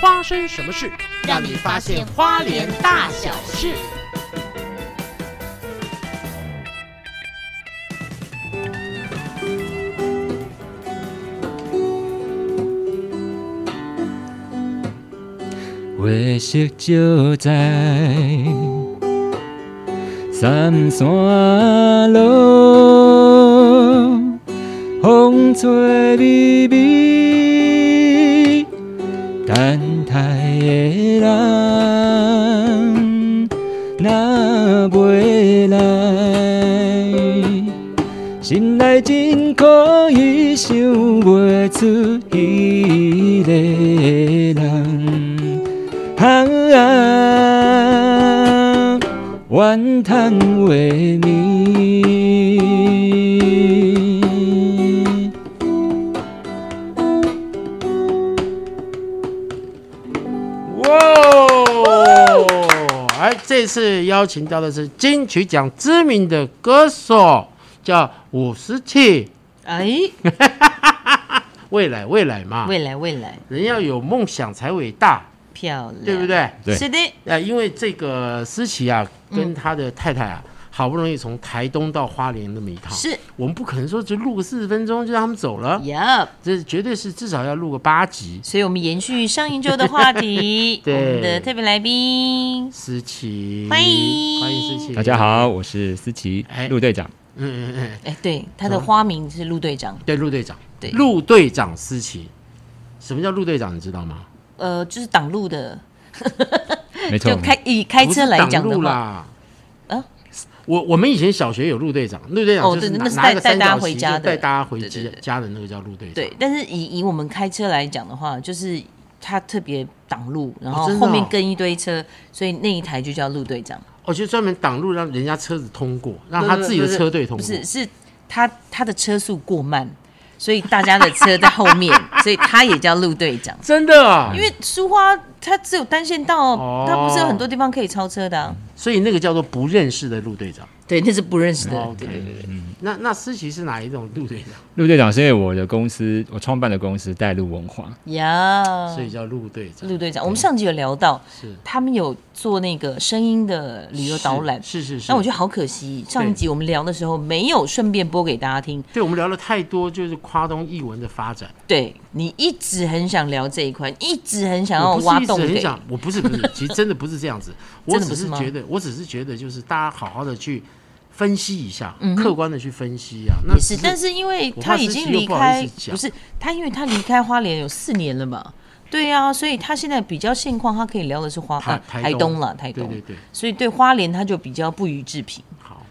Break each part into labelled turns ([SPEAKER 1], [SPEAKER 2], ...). [SPEAKER 1] 发生什么事，
[SPEAKER 2] 让你发现花莲大小事。
[SPEAKER 3] 月色照在山山路，风吹微微，等待的人若袂来，心内真可惜，想袂出迄个人。啊，怨叹话绵。
[SPEAKER 1] 哇哦！哎，这次邀请到的是金曲奖知名的歌手，叫伍思琪。
[SPEAKER 2] 哎，
[SPEAKER 1] 未来，未来嘛，
[SPEAKER 2] 未来未来，
[SPEAKER 1] 人要有梦想才伟大，
[SPEAKER 2] 漂亮，
[SPEAKER 1] 对不？对？
[SPEAKER 3] 对
[SPEAKER 2] 是的，
[SPEAKER 1] 呃，因为这个思琪啊，
[SPEAKER 2] 嗯
[SPEAKER 1] 跟他的太太啊，好不容易从台东到花莲那么一趟，
[SPEAKER 2] 是
[SPEAKER 1] 我们不可能说只录个四十分钟就让他们走了，
[SPEAKER 2] ，Yup。
[SPEAKER 1] 这绝对是至少要录个八集。
[SPEAKER 2] 所以我们延续上一周的话题，我
[SPEAKER 1] 对
[SPEAKER 2] 们的特别来宾，
[SPEAKER 1] 思琪，
[SPEAKER 2] 欢迎
[SPEAKER 1] 欢迎思琪，
[SPEAKER 3] 大家。好，我是思琪
[SPEAKER 1] 哎
[SPEAKER 3] 陆队长。
[SPEAKER 1] 嗯嗯嗯，
[SPEAKER 2] 哎，对，他的花名是陆队长，
[SPEAKER 1] 对，陆队长，
[SPEAKER 2] 对
[SPEAKER 1] 陆队长思琪，什么叫陆队长？你知道吗？
[SPEAKER 2] 呃，就是挡路的，
[SPEAKER 3] 没错
[SPEAKER 2] 就，开以开车来讲
[SPEAKER 1] 不是挡路
[SPEAKER 2] 的话，
[SPEAKER 1] 啦。
[SPEAKER 2] 啊
[SPEAKER 1] 我我们以前小学有陆队长，陆队长
[SPEAKER 2] 哦
[SPEAKER 1] 就是
[SPEAKER 2] 对
[SPEAKER 1] 拿
[SPEAKER 2] 那是
[SPEAKER 1] 拿一个
[SPEAKER 2] 带
[SPEAKER 1] 三
[SPEAKER 2] 带大家
[SPEAKER 1] 角
[SPEAKER 2] 回
[SPEAKER 1] 形
[SPEAKER 2] 家
[SPEAKER 1] 就
[SPEAKER 2] 的
[SPEAKER 1] 带大家回
[SPEAKER 2] 对对
[SPEAKER 1] 家
[SPEAKER 2] 对
[SPEAKER 1] 家的那个叫陆队长。
[SPEAKER 2] 对，但是以以我们开车来讲的话，就是他特别挡路，然后
[SPEAKER 1] 真的
[SPEAKER 2] 后面
[SPEAKER 1] 哦
[SPEAKER 2] 跟一堆车，所以那一台就叫陆队长，
[SPEAKER 1] 我哦就专门挡路，让人家车子通过，让他自己的车队通
[SPEAKER 2] 不
[SPEAKER 1] 过。
[SPEAKER 2] 是是他他的车速过慢，所以大家的车在后 面，所以他也叫陆队长。
[SPEAKER 1] 真的啊
[SPEAKER 2] 因，为苏花它只有单线道，
[SPEAKER 1] 哦
[SPEAKER 2] 它不是有很多地方可以超车的、啊。
[SPEAKER 1] 所以那个叫做不认识的陆队长。
[SPEAKER 2] 对，那是不认识的。
[SPEAKER 1] OK
[SPEAKER 2] 对对对
[SPEAKER 3] 嗯
[SPEAKER 2] 对，
[SPEAKER 1] 那那思琪是哪一种陆队长？
[SPEAKER 3] 陆队长是因为我的公司，我创办的公司带路文化，
[SPEAKER 2] 呀，
[SPEAKER 1] 所以叫陆队长。
[SPEAKER 2] 呃陆队长，我们上集有聊到，
[SPEAKER 1] 是
[SPEAKER 2] 他们有做那个声音的旅游导览。
[SPEAKER 1] 是是是。
[SPEAKER 2] 那我觉得好可惜，上一集我们聊的时候没有顺便播给大家听。
[SPEAKER 1] 对我们聊了太多，就是夸东译文的发展。
[SPEAKER 2] 对你一直很想聊这一块，一直很想要
[SPEAKER 1] 我不
[SPEAKER 2] 挖
[SPEAKER 1] 是一直
[SPEAKER 2] 洞
[SPEAKER 1] 很
[SPEAKER 2] 给，
[SPEAKER 1] 想，我不是不是，其实真的不是这样 子，我
[SPEAKER 2] 真的
[SPEAKER 1] 只
[SPEAKER 2] 不是
[SPEAKER 1] 是
[SPEAKER 2] 吗
[SPEAKER 1] 觉得，我只是觉得就是大家好好的去分析一下，客观的去分析啊。那
[SPEAKER 2] 嗯也是，
[SPEAKER 1] 只
[SPEAKER 2] 但是因为
[SPEAKER 1] 我
[SPEAKER 2] 他
[SPEAKER 1] 怕
[SPEAKER 2] 已
[SPEAKER 1] 思琪
[SPEAKER 2] 经
[SPEAKER 1] 又
[SPEAKER 2] 离
[SPEAKER 1] 不好意
[SPEAKER 2] 开
[SPEAKER 1] 思，讲
[SPEAKER 2] 不是他，因为他离开花莲有四年了嘛。对啊，所以他现在比较现况，他可以聊的是花
[SPEAKER 1] 台
[SPEAKER 2] 啊
[SPEAKER 1] 台
[SPEAKER 2] 台
[SPEAKER 1] 东
[SPEAKER 2] 东了，台东。
[SPEAKER 1] 对对对
[SPEAKER 2] 所以对花莲他就比较不予置评，
[SPEAKER 1] 好，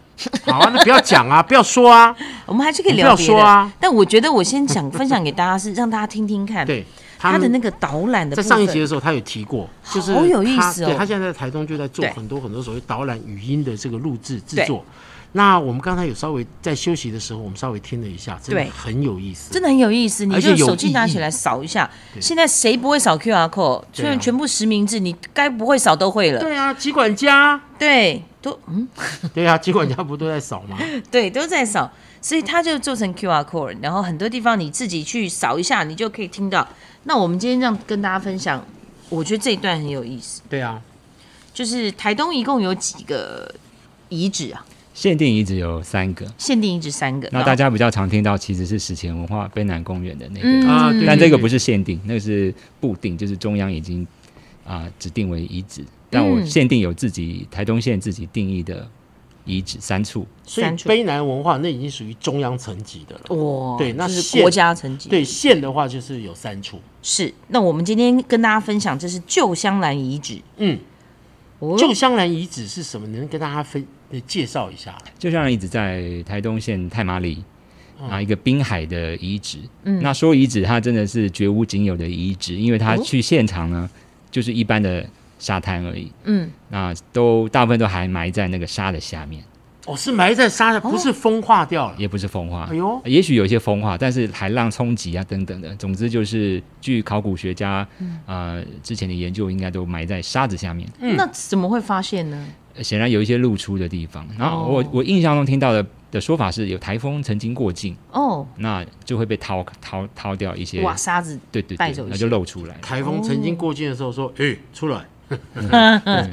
[SPEAKER 1] 好啊，那不要讲啊，不要说啊，
[SPEAKER 2] 我们还是可以
[SPEAKER 1] 你
[SPEAKER 2] 聊
[SPEAKER 1] 不
[SPEAKER 2] 别
[SPEAKER 1] 要
[SPEAKER 2] 的。
[SPEAKER 1] 说啊
[SPEAKER 2] 但我觉得我先想分享给大家是让大家听听看，
[SPEAKER 1] 对
[SPEAKER 2] 他
[SPEAKER 1] 们
[SPEAKER 2] 的那个导览的
[SPEAKER 1] 在
[SPEAKER 2] 部
[SPEAKER 1] 上一
[SPEAKER 2] 分
[SPEAKER 1] 集的时候，他有提过，就是
[SPEAKER 2] 好有意
[SPEAKER 1] 他
[SPEAKER 2] 思哦
[SPEAKER 1] 对他现在在台东就在做
[SPEAKER 2] 对
[SPEAKER 1] 很多很多所谓导览语音的这个录制制
[SPEAKER 2] 对
[SPEAKER 1] 作。那我们刚才有稍微在休息的时候，我们稍微听了一下，真的
[SPEAKER 2] 对
[SPEAKER 1] 很有意思。
[SPEAKER 2] 真的很有意思，你
[SPEAKER 1] 而且
[SPEAKER 2] 就
[SPEAKER 1] 有
[SPEAKER 2] 手机
[SPEAKER 1] 意
[SPEAKER 2] 拿起
[SPEAKER 1] 义
[SPEAKER 2] 来扫一下。现在谁不会扫 QR code？虽
[SPEAKER 1] 对啊
[SPEAKER 2] 然全部实名制，你该不会扫都会了。
[SPEAKER 1] 对啊，机管家，
[SPEAKER 2] 对，都嗯，
[SPEAKER 1] 对啊，机管家不都在扫吗？
[SPEAKER 2] 对，都在扫，所以它就做成 QR code，然后很多地方你自己去扫一下，你就可以听到。那我们今天这样跟大家分享，我觉得这一段很有意思，
[SPEAKER 1] 对啊，
[SPEAKER 2] 就是台东一共有几个遗址啊？
[SPEAKER 3] 限定遗址有三个。
[SPEAKER 2] 限定遗址三个。
[SPEAKER 3] 那
[SPEAKER 2] 然后
[SPEAKER 3] 大家比较常听到其实是史前文化卑南公园的那个，
[SPEAKER 2] 嗯
[SPEAKER 1] 啊，对
[SPEAKER 3] 但这个不
[SPEAKER 1] 是
[SPEAKER 3] 是限定，那个是固定，就是中央已经啊、指定为遗址，但我
[SPEAKER 2] 嗯
[SPEAKER 3] 限定有自己台东县自己定义的遗址三处。
[SPEAKER 1] 所以
[SPEAKER 2] 删除
[SPEAKER 1] 卑南文化那已经属于中央层级的了。
[SPEAKER 2] 哇，
[SPEAKER 1] 对那
[SPEAKER 2] 就是是
[SPEAKER 1] 县
[SPEAKER 2] 国家层级。
[SPEAKER 1] 对县的话，就是有三处。
[SPEAKER 2] 是。那我们今天跟大家分享，这是旧香兰遗址。
[SPEAKER 1] 嗯，
[SPEAKER 2] 哦
[SPEAKER 1] 旧香兰遗址是什么？能跟大家分介绍一下？
[SPEAKER 3] 就像一直在台东县太麻里
[SPEAKER 1] 嗯
[SPEAKER 3] 啊，一个滨海的遗址。那说遗址，它真的是绝无仅有的遗址，因为它
[SPEAKER 2] 哦
[SPEAKER 3] 去现场呢，就是一般的沙滩而已。
[SPEAKER 2] 嗯，
[SPEAKER 3] 那都大部分都还埋在那个沙的下面，
[SPEAKER 1] 哦，是埋在沙的，不是风化掉了。
[SPEAKER 3] 也不是风化。
[SPEAKER 1] 哎呦
[SPEAKER 3] 也许有一些风化，但是海浪冲击啊等等的。总之就是，据考古学家
[SPEAKER 2] 嗯
[SPEAKER 3] 呃之前的研究，应该都埋在沙子下面。
[SPEAKER 1] 嗯
[SPEAKER 2] 那怎么会发现呢？
[SPEAKER 3] 显然有一些露出的地方。然后我、
[SPEAKER 2] 哦
[SPEAKER 3] 我印象中听到的的说法是有台风曾经过境，
[SPEAKER 2] 哦，
[SPEAKER 3] 那就会被掏掏掏掉一些，
[SPEAKER 2] 哇，沙子
[SPEAKER 3] 对对
[SPEAKER 2] 带
[SPEAKER 3] 对
[SPEAKER 2] 走，一
[SPEAKER 3] 那
[SPEAKER 2] 些
[SPEAKER 3] 就露出来。
[SPEAKER 1] 台风曾经过境的时候说，哎、出来，
[SPEAKER 3] 嗯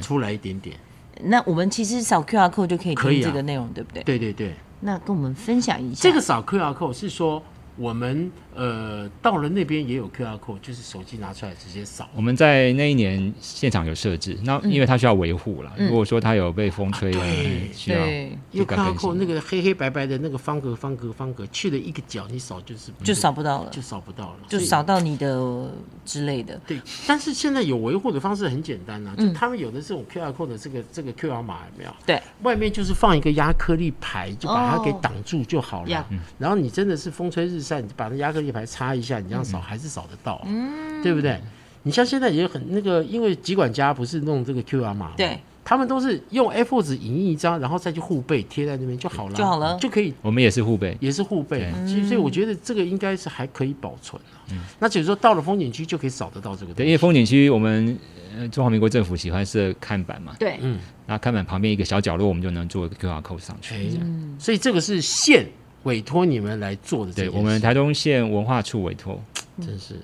[SPEAKER 1] 出来一点点。
[SPEAKER 2] 那我们其实扫 QR code 就可以
[SPEAKER 1] 可以
[SPEAKER 2] 听
[SPEAKER 1] 啊
[SPEAKER 2] 这个内容，对不对？
[SPEAKER 1] 对对对，
[SPEAKER 2] 那跟我们分享一下
[SPEAKER 1] 这个扫 QR code 是说我们呃到了那边也有 QR code，就是手机拿出来直接扫。
[SPEAKER 3] 我们在那一年现场有设置，那
[SPEAKER 2] 嗯
[SPEAKER 3] 因为它需要维护啦。如果说它有被风吹
[SPEAKER 1] 啊
[SPEAKER 3] 啊
[SPEAKER 1] 对，
[SPEAKER 3] 需要
[SPEAKER 2] 对，
[SPEAKER 1] 因
[SPEAKER 3] 就
[SPEAKER 1] 为
[SPEAKER 3] 该
[SPEAKER 1] QR
[SPEAKER 3] 更
[SPEAKER 1] code
[SPEAKER 3] 新。
[SPEAKER 1] 那个黑黑白白的那个方格方格方格，去了一个角你扫就是
[SPEAKER 2] 就扫不到了
[SPEAKER 1] 就，扫不到了，
[SPEAKER 2] 就
[SPEAKER 1] 所以
[SPEAKER 2] 扫到你的之类的。
[SPEAKER 1] 对，但是现在有维护的方式很简单呐、
[SPEAKER 2] 嗯
[SPEAKER 1] 就他们有的这种 QR code 的这个这个 QR 码有没有？
[SPEAKER 2] 对，
[SPEAKER 1] 外面就是放一个亚克力牌，就把它给
[SPEAKER 2] 哦
[SPEAKER 1] 挡住就好了。嗯
[SPEAKER 2] 呀
[SPEAKER 1] 然后你真的是风吹日晒，你把那亚克力牌擦一下，你这样扫还是扫得到、嗯，对不对？你像现在也有很那个，因为集管家不是弄这个 QR 码吗，
[SPEAKER 2] 对，
[SPEAKER 1] 他们都是用 A4 纸影印一张，然后再去护背贴在那边就好了，
[SPEAKER 2] 就好了
[SPEAKER 1] 就可以
[SPEAKER 3] 我们也是护背，
[SPEAKER 1] 也是护背嘛。
[SPEAKER 2] 嗯
[SPEAKER 1] 其实所以我觉得这个应该是还可以保存、啊那只是说到了风景区就可以扫得到这个东
[SPEAKER 3] 嗯对，
[SPEAKER 1] 西
[SPEAKER 3] 因为风景区我们呃中华民国政府喜欢设看板嘛，
[SPEAKER 2] 对，
[SPEAKER 3] 那看板旁边一个小角落，我们就能做 QR code 上去。
[SPEAKER 1] 哎，
[SPEAKER 2] 嗯
[SPEAKER 1] 所以这个是县委托你们来做的这
[SPEAKER 3] 对
[SPEAKER 1] 件事，
[SPEAKER 3] 我们嗯台东县文化处委托，
[SPEAKER 1] 真是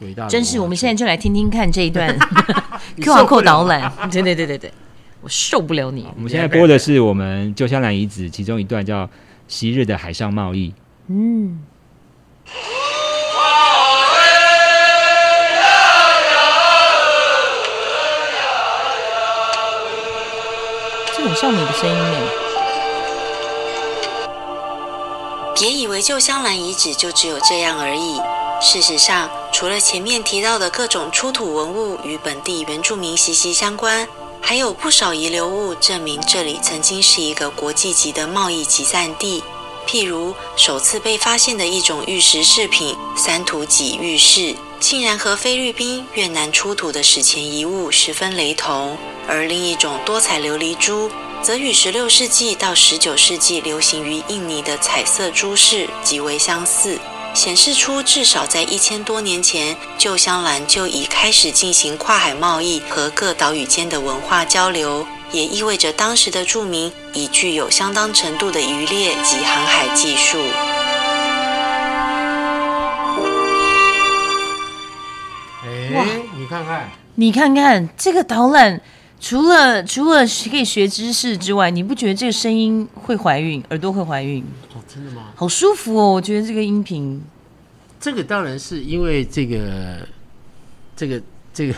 [SPEAKER 1] 伟大的文化，啊
[SPEAKER 2] 真是我们现在就来听听看这一 段
[SPEAKER 1] 你受
[SPEAKER 2] QR
[SPEAKER 1] 不了
[SPEAKER 2] code 导览。对对对对对，我受不了你。
[SPEAKER 3] 我们现在播的是我们旧香兰遗址其中一段叫“昔日的海上贸易
[SPEAKER 2] 嗯，这很像你的声音哎。
[SPEAKER 4] 别以为旧香兰遗址就只有这样而已。事实上，除了前面提到的各种出土文物与本地原住民息息相关，还有不少遗留物证明这里曾经是一个国际级的贸易集散地。譬如，首次被发现的一种玉石饰品——三土脊玉饰，竟然和菲律宾、越南出土的史前遗物十分雷同；而另一种多彩琉璃珠则与16世纪到19世纪流行于印尼的彩色珠饰极为相似，显示出至少在一千多年前，旧香兰就已开始进行跨海贸易和各岛屿间的文化交流，也意味着当时的住民已具有相当程度的渔猎及航海技术。
[SPEAKER 2] 哇
[SPEAKER 1] 哎，你看看，
[SPEAKER 2] 你看看这个导览，除了除了可以学知识之外，你不觉得这个声音会怀孕，耳朵会怀孕，
[SPEAKER 1] 哦，真的吗？
[SPEAKER 2] 好舒服哦！我觉得这个音频
[SPEAKER 1] 这个当然是因为这个，这个，这个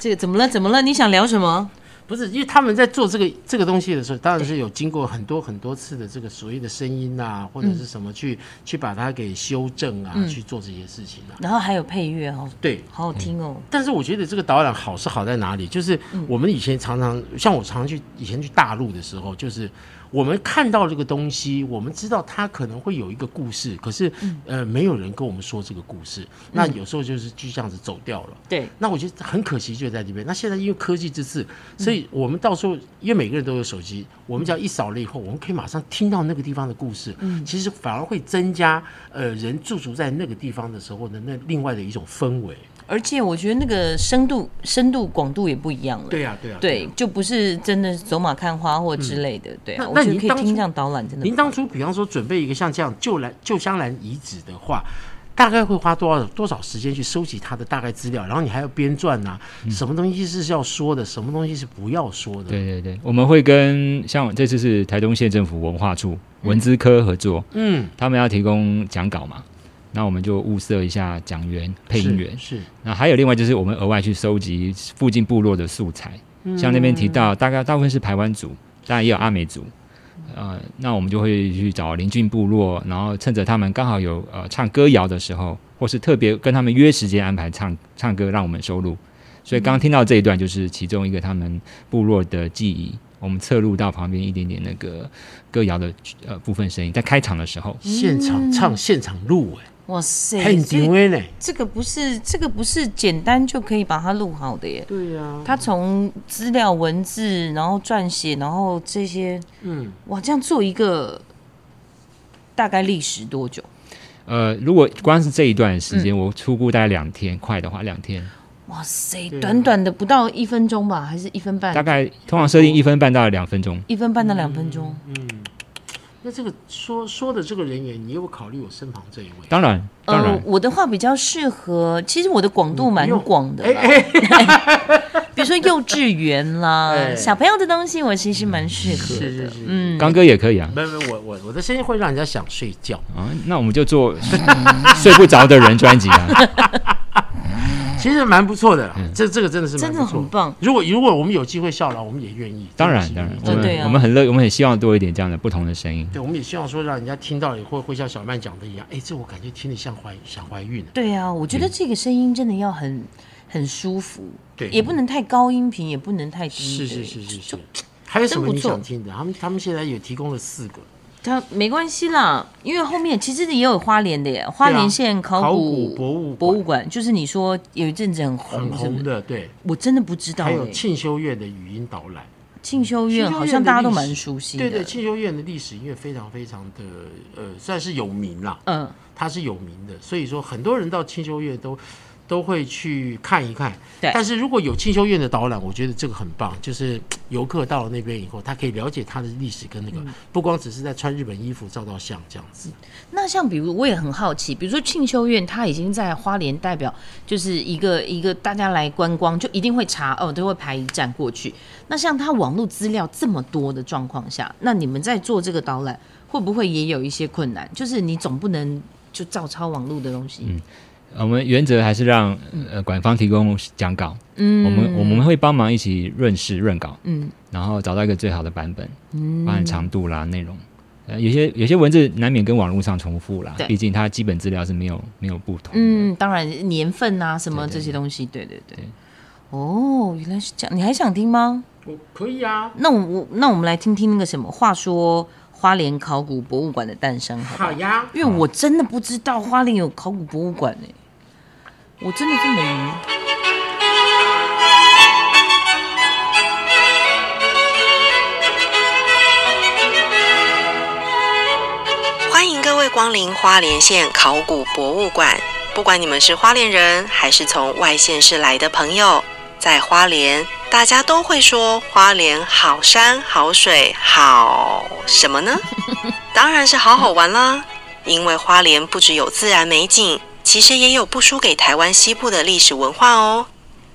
[SPEAKER 2] 这个怎么了？怎么了？你想聊什么？
[SPEAKER 1] 不是，因为他们在做这个这个东西的时候，当然是有经过很多很多次的这个所谓的声音啊，或者是什么
[SPEAKER 2] 嗯
[SPEAKER 1] 去去把它给修正啊，去做这些事情啊。
[SPEAKER 2] 然后还有配乐，好
[SPEAKER 1] 对，
[SPEAKER 2] 好好听哦。
[SPEAKER 1] 但是我觉得这个导览好是好在哪里？就是我们以前常常，像我常去以前去大陆的时候，就是我们看到这个东西，我们知道它可能会有一个故事，可是、呃，没有人跟我们说这个故事。那有时候就是就这样子走掉了。
[SPEAKER 2] 对，
[SPEAKER 1] 那我觉得很可惜就在这边。那现在因为科技之次，所以我们到时候因为每个人都有手机，我们只要一扫了以后，我们可以马上听到那个地方的故事。嗯，其实反而会增加呃人驻足在那个地方的时候的那另外的一种氛围。
[SPEAKER 2] 而且我觉得那个深度、深度、广度也不一样了。
[SPEAKER 1] 对啊呀、对呀、
[SPEAKER 2] 对，就不是真的走马看花或之类的。对
[SPEAKER 1] 嗯
[SPEAKER 2] 啊，
[SPEAKER 1] 那
[SPEAKER 2] 我
[SPEAKER 1] 那
[SPEAKER 2] 觉得
[SPEAKER 1] 您
[SPEAKER 2] 可以
[SPEAKER 1] 当
[SPEAKER 2] 听
[SPEAKER 1] 初
[SPEAKER 2] 这样导览，真的
[SPEAKER 1] 您
[SPEAKER 2] 不错。
[SPEAKER 1] 当初比方说准备一个像这样旧兰旧香兰遗址的话，大概会花多少多少时间去收集它的大概资料，然后你还要编撰呐、什么东西是要说的，什么东西是不要说”。的。
[SPEAKER 3] 嗯对对对，我们会跟像这次是台东县政府文化处文资科合作，
[SPEAKER 1] 嗯，
[SPEAKER 3] 他们要提供讲稿嘛，那我们就物色一下讲员、配音员。
[SPEAKER 1] 是是
[SPEAKER 3] 那还有另外就是我们额外去收集附近部落的素材，像那边提到，大概大部分是排湾族，当然也有阿美族。呃，那我们就会去找邻近部落，然后趁着他们刚好有呃唱歌谣的时候，或是特别跟他们约时间安排唱唱歌，让我们收录。所以刚刚听到这一段，就是其中一个他们部落的记忆，我们侧录到旁边一点点那个歌谣的呃部分声音，在开场的时候，
[SPEAKER 1] 现场唱，现场录、哎、
[SPEAKER 2] 哇塞，
[SPEAKER 1] 很
[SPEAKER 2] 所以
[SPEAKER 1] 敬畏呢。
[SPEAKER 2] 这个不是这个不是简单就可以把它录好的耶。
[SPEAKER 1] 对呀、
[SPEAKER 2] 它从资料、文字，然后撰写，然后这些，
[SPEAKER 1] 嗯，
[SPEAKER 2] 哇，这样做一个大概历时多久？
[SPEAKER 3] 呃，如果光是这一段时间，我初估大概两天，快的话两天，
[SPEAKER 2] 哇塞，
[SPEAKER 1] 对啊
[SPEAKER 2] 短短的不到一分钟吧，还是一分半？
[SPEAKER 3] 大概通常设定一分半到两分钟。
[SPEAKER 1] 嗯
[SPEAKER 2] 一分半到两分钟，
[SPEAKER 1] 那这个说说的这个人员，你有没有考虑我身旁这一位？
[SPEAKER 3] 当然，当然
[SPEAKER 2] 呃，，我的话比较适合，其实我的广度蛮
[SPEAKER 1] 你不嗯用哎
[SPEAKER 2] 广的啦， 比如说幼稚园啦，
[SPEAKER 1] 哎
[SPEAKER 2] 小朋友的东西，我其实蛮适合
[SPEAKER 1] 是是
[SPEAKER 2] 的。
[SPEAKER 1] 是，
[SPEAKER 2] 嗯，
[SPEAKER 3] 刚、哥也可以啊。
[SPEAKER 1] 没有没有，我我我的声音会让人家想睡觉。
[SPEAKER 3] 啊，那我们就 做睡不着的人专辑啊。
[SPEAKER 1] 其实蛮不错的
[SPEAKER 3] 嗯
[SPEAKER 1] 啦，这这个真的是蛮不
[SPEAKER 2] 真的
[SPEAKER 1] 错
[SPEAKER 2] 很棒。
[SPEAKER 1] 如果如果我们有机会效劳，我们也愿意。
[SPEAKER 3] 当然，
[SPEAKER 1] 真的
[SPEAKER 3] 当
[SPEAKER 1] 是愿意
[SPEAKER 3] 然，我们、
[SPEAKER 2] 对啊
[SPEAKER 3] 我们很乐，我们很希望多一点这样的不同的声音。
[SPEAKER 1] 对，我们也希望说让人家听到以后会像小曼讲的一样，哎，这我感觉听得像怀想怀孕了。
[SPEAKER 2] 对啊，我觉得这个声音真的要很很舒服，
[SPEAKER 1] 对
[SPEAKER 2] 也不能太高音频，也不能太低。
[SPEAKER 1] 是是
[SPEAKER 2] 对
[SPEAKER 1] 是是是。还有什么
[SPEAKER 2] 真不
[SPEAKER 1] 你
[SPEAKER 2] 错
[SPEAKER 1] 想听的？他们他们现在也提供了四个，
[SPEAKER 2] 它没关系啦，因为后面其实也有花莲的耶，花莲县考
[SPEAKER 1] 啊考
[SPEAKER 2] 古
[SPEAKER 1] 古博物馆
[SPEAKER 2] 博物馆，就是你说有一阵子很红，
[SPEAKER 1] 很
[SPEAKER 2] 是不
[SPEAKER 1] 红
[SPEAKER 2] 是？
[SPEAKER 1] 的，对。
[SPEAKER 2] 我真的不知道
[SPEAKER 1] 还有
[SPEAKER 2] 耶
[SPEAKER 1] 庆修院的语音导览，
[SPEAKER 2] 庆修院好像大家都蛮熟悉的。
[SPEAKER 1] 对对，庆修院的历史因为非常非常的呃，算是有名啦，
[SPEAKER 2] 嗯，
[SPEAKER 1] 它是有名的，所以说很多人到清修院都都会去看一看。
[SPEAKER 2] 对
[SPEAKER 1] 但是如果有清修院的导览，我觉得这个很棒，就是嘖游客到了那边以后，他可以了解它的历史跟那个，不光只是在穿日本衣服照照相这样子。
[SPEAKER 2] 那像比如我也很好奇，比如说庆修院，它已经在花莲代表就是一个一个大家来观光就一定会查哦，都会排一站过去。那像它网络资料这么多的状况下，那你们在做这个导览会不会也有一些困难？就是你总不能就照抄网络的东西，
[SPEAKER 3] 呃我们原则还是让呃馆方提供讲稿，
[SPEAKER 2] 嗯
[SPEAKER 3] 我们我们会帮忙一起润饰润稿，
[SPEAKER 2] 嗯
[SPEAKER 3] 然后找到一个最好的版本，包含长度啦、内容。呃，有些有些文字难免跟网络上重复啦
[SPEAKER 2] 对，
[SPEAKER 3] 毕竟它基本资料是没有没有不同的。
[SPEAKER 2] 嗯，当然年份啊什么
[SPEAKER 3] 对对
[SPEAKER 2] 这些东西，对对对。
[SPEAKER 3] 对
[SPEAKER 2] 哦，原来是这样，你还想听吗？
[SPEAKER 1] 我可以啊，
[SPEAKER 2] 那我我那我们来听听那个什么，话说花莲考古博物馆的诞生好不好
[SPEAKER 1] 好呀。
[SPEAKER 2] 因为我真的不知道花莲有考古博物馆哎、我真的是没。
[SPEAKER 4] 欢迎各位光临花莲县考古博物馆。不管你们是花莲人，还是从外县市来的朋友，在花莲大家都会说花莲好山好水好什么呢？当然是好好玩啦！因为花莲不只有自然美景，其实也有不输给台湾西部的历史文化哦。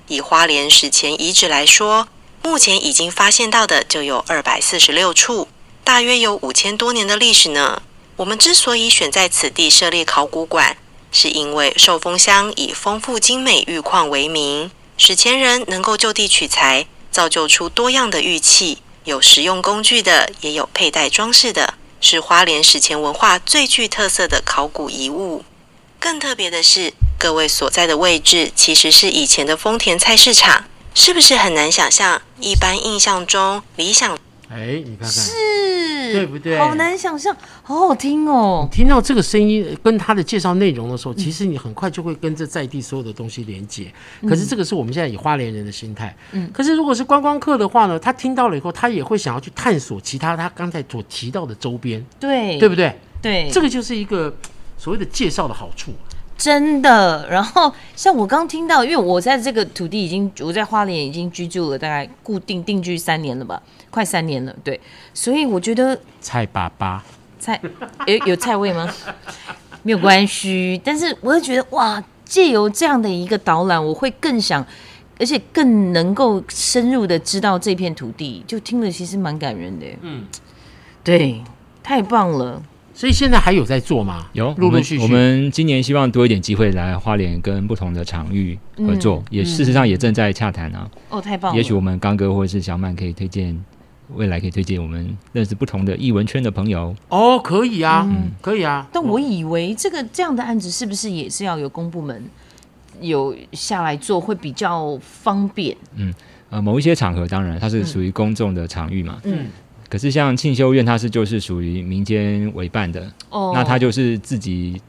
[SPEAKER 4] 以花莲史前遗址来说，目前已经发现到的就有二百四十六处，大约有五千多年的历史呢。我们之所以选在此地设立考古馆，是因为寿丰乡以丰富精美玉矿为名，史前人能够就地取材，造就出多样的玉器，有实用工具的，也有佩戴装饰的，是花莲史前文化最具特色的考古遗物。更特别的是，各位所在的位置其实是以前的丰田菜市场，是不是很难想象？一般印象中，理想
[SPEAKER 1] 哎，你看看，
[SPEAKER 2] 是，
[SPEAKER 1] 对不对
[SPEAKER 2] 好难想象，好好听哦。
[SPEAKER 1] 听到这个声音跟他的介绍内容的时候，其实你很快就会跟这在地所有的东西连接。可是这个是我们现在以花莲人的心态，
[SPEAKER 2] 嗯
[SPEAKER 1] 可是如果是观光客的话呢，他听到了以后，他也会想要去探索其他他刚才所提到的周边，
[SPEAKER 2] 对
[SPEAKER 1] 对不对？
[SPEAKER 2] 对，
[SPEAKER 1] 这个就是一个所谓的介绍的好处。
[SPEAKER 2] 真的。然后像我刚听到，因为我在这个土地已经，我在花莲已经居住了大概固定定居三年了吧，快三年了。对，所以我觉得
[SPEAKER 1] 蔡爸爸，
[SPEAKER 2] 菜有有菜味吗？没有关系，但是我就觉得哇，借由这样的一个导览，我会更想，而且更能够深入的知道这片土地，就听了其实蛮感人的。嗯，对，太棒了。
[SPEAKER 1] 所以现在还有在做吗？
[SPEAKER 3] 有
[SPEAKER 1] 陆陆续续。
[SPEAKER 3] 我们，我们今年希望多一点机会来花莲跟不同的场域合作，
[SPEAKER 1] 嗯
[SPEAKER 3] 也事实上也正在洽谈啊。
[SPEAKER 2] 哦，太棒了！
[SPEAKER 3] 也许我们刚哥或者是小曼可以推荐，未来可以推荐我们认识不同的艺文圈的朋友。
[SPEAKER 1] 哦，可以啊，
[SPEAKER 3] 嗯
[SPEAKER 1] 可以啊。
[SPEAKER 2] 但我以为这个这样的案子是不是也是要有公部门有下来做，会比较方便？
[SPEAKER 3] 呃，某一些场合当然它是属于公众的场域嘛，
[SPEAKER 2] 嗯，
[SPEAKER 3] 可是像庆修院它是就是属于民间委办的，
[SPEAKER 2] 哦，
[SPEAKER 3] 那它就是自己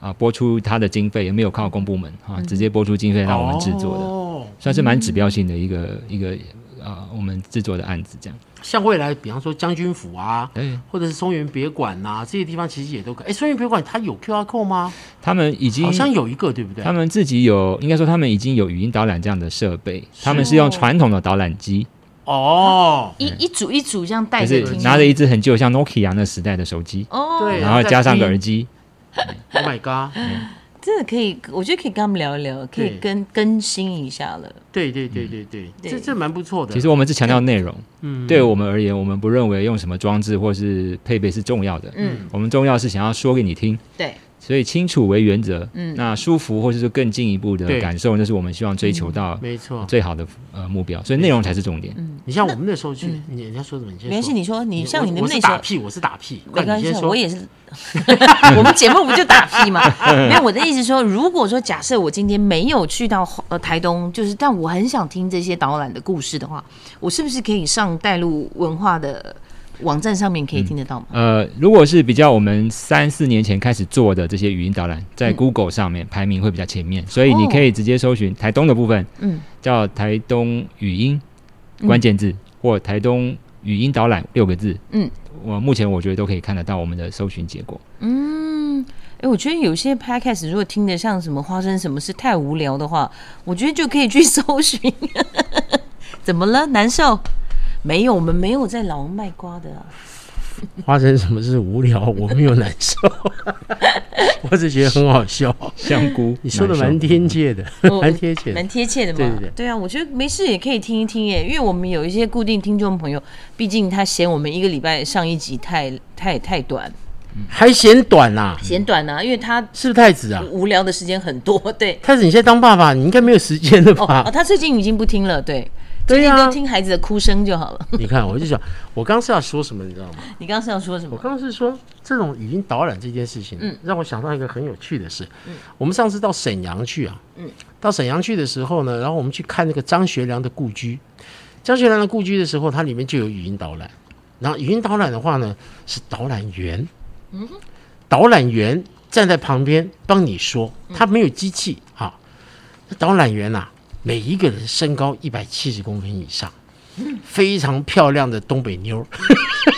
[SPEAKER 3] 啊、拨出它的经费，也没有靠公部门啊，直接拨出经费让我们制作的，
[SPEAKER 1] 嗯哦，
[SPEAKER 3] 算是蛮指标性的一个、一个啊、我们制作的案子这样。
[SPEAKER 1] 像未来，比方说将军府啊，
[SPEAKER 3] 对，
[SPEAKER 1] 或者是松原别馆呐、这些地方其实也都可以。哎，松原别馆它有 QR code 吗？
[SPEAKER 3] 他们已经
[SPEAKER 1] 好像有一个，对不对？
[SPEAKER 3] 他们自己有，应该说他们已经有语音导览这样的设备，他们是
[SPEAKER 2] 哦
[SPEAKER 3] 用传统的导览机，
[SPEAKER 1] 哦，
[SPEAKER 2] 一一组一组这样带
[SPEAKER 3] 就
[SPEAKER 2] 着
[SPEAKER 3] 是
[SPEAKER 2] 听，
[SPEAKER 3] 拿着一只很旧像 Nokia 那时代的手机，
[SPEAKER 2] 哦，
[SPEAKER 1] 对
[SPEAKER 3] 然后加上个耳机，
[SPEAKER 1] ，Oh my god，
[SPEAKER 2] 真的可以，我觉得可以跟他们聊一聊，可以
[SPEAKER 1] 对
[SPEAKER 2] 跟更新一下了。
[SPEAKER 1] 对对对对对，
[SPEAKER 2] 嗯对
[SPEAKER 1] 这这蛮不错的。
[SPEAKER 3] 其实我们只强调内容，对我们而言，我们不认为用什么装置或是配备是重要的，
[SPEAKER 2] 嗯，
[SPEAKER 3] 我们重要是想要说给你听，
[SPEAKER 2] 对，
[SPEAKER 3] 所以清楚为原则，
[SPEAKER 2] 嗯
[SPEAKER 3] 那舒服或者是更进一步的
[SPEAKER 1] 对嗯
[SPEAKER 3] 感受，那是我们希望追求到
[SPEAKER 1] 没错，
[SPEAKER 3] 最好的呃目标，所以内容才是重点。
[SPEAKER 1] 你像我们那时候去，你你要说什么？你先
[SPEAKER 2] 没关嗯系，
[SPEAKER 1] 说。
[SPEAKER 2] 你说你像
[SPEAKER 1] 我
[SPEAKER 2] 你们
[SPEAKER 1] 我
[SPEAKER 2] 那
[SPEAKER 1] 是
[SPEAKER 2] 时
[SPEAKER 1] 打
[SPEAKER 2] 候。
[SPEAKER 1] 屁，我是打屁，
[SPEAKER 2] 没
[SPEAKER 1] 快
[SPEAKER 2] 关
[SPEAKER 1] 你
[SPEAKER 2] 系
[SPEAKER 1] 先
[SPEAKER 2] 啊，
[SPEAKER 1] 说。
[SPEAKER 2] 我 也是，我们节目不就打屁吗？没有，我的意思说，如果说假设我今天没有去到呃台东，就是但我很想听这些导览的故事的话，我是不是可以上带路文化的网站上面
[SPEAKER 1] 嗯
[SPEAKER 2] 可以听得到吗？
[SPEAKER 3] 呃，如果是比较我们三四年前开始做的这些语音导览，在
[SPEAKER 2] 嗯哦
[SPEAKER 3] Google 上面排名会比较前面，所以你可以直接搜寻台东的部分，
[SPEAKER 2] 嗯，
[SPEAKER 3] 叫台东语音关键字、或台东语音导览六个字，
[SPEAKER 2] 嗯，
[SPEAKER 3] 我目前我觉得都可以看得到我们的搜寻结果。
[SPEAKER 2] 哎、我觉得有些 podcast 如果听得像什么花生什么事太无聊的话，我觉得就可以去 搜寻。怎么了？难受？没有，我们没有在老王卖瓜的、啊。
[SPEAKER 1] 花生什么是无聊，我没有难受， 我只觉得很好笑。
[SPEAKER 3] 香 菇，
[SPEAKER 1] 你说的
[SPEAKER 3] 难
[SPEAKER 1] 蛮
[SPEAKER 3] 受
[SPEAKER 1] 贴切的，
[SPEAKER 2] 我
[SPEAKER 1] 蛮贴切的
[SPEAKER 2] 蛮。贴切的嘛。
[SPEAKER 1] 对对对
[SPEAKER 2] 啊，我觉得没事也可以听一听耶，因为我们有一些固定听众朋友，毕竟他嫌我们一个礼拜上一集太太太短，
[SPEAKER 1] 还嫌短呐、
[SPEAKER 2] 嫌短啊，因为他
[SPEAKER 1] 是不是太子啊？
[SPEAKER 2] 无聊的时间很多，对。
[SPEAKER 1] 太子，你现在当爸爸，你应该没有时间了
[SPEAKER 2] 哦
[SPEAKER 1] 吧？
[SPEAKER 2] 哦，他最近已经不听了，对，
[SPEAKER 1] 啊对啊
[SPEAKER 2] 最
[SPEAKER 1] 呀、
[SPEAKER 2] 近都听孩子的哭声就好了。
[SPEAKER 1] 你看，我就想，我刚刚是要说什么，你知道吗？
[SPEAKER 2] 你刚刚是要说什
[SPEAKER 1] 我
[SPEAKER 2] 么？
[SPEAKER 1] 刚刚是说这种语音导览这件事情，
[SPEAKER 2] 嗯
[SPEAKER 1] 让我想到一个很有趣的事。我们上次到沈阳去啊，
[SPEAKER 2] 嗯
[SPEAKER 1] 到沈阳去的时候呢，然后我们去看那个张学良的故居。张学良的故居的时候，它里面就有语音导览。然后语音导览的话呢，是导览员，嗯，导览员站在旁边帮你说，
[SPEAKER 2] 嗯
[SPEAKER 1] 他没有机器啊。那导览员呐、啊每一个人身高一百七十公分以上，
[SPEAKER 2] 嗯
[SPEAKER 1] 非常漂亮的东北妞儿。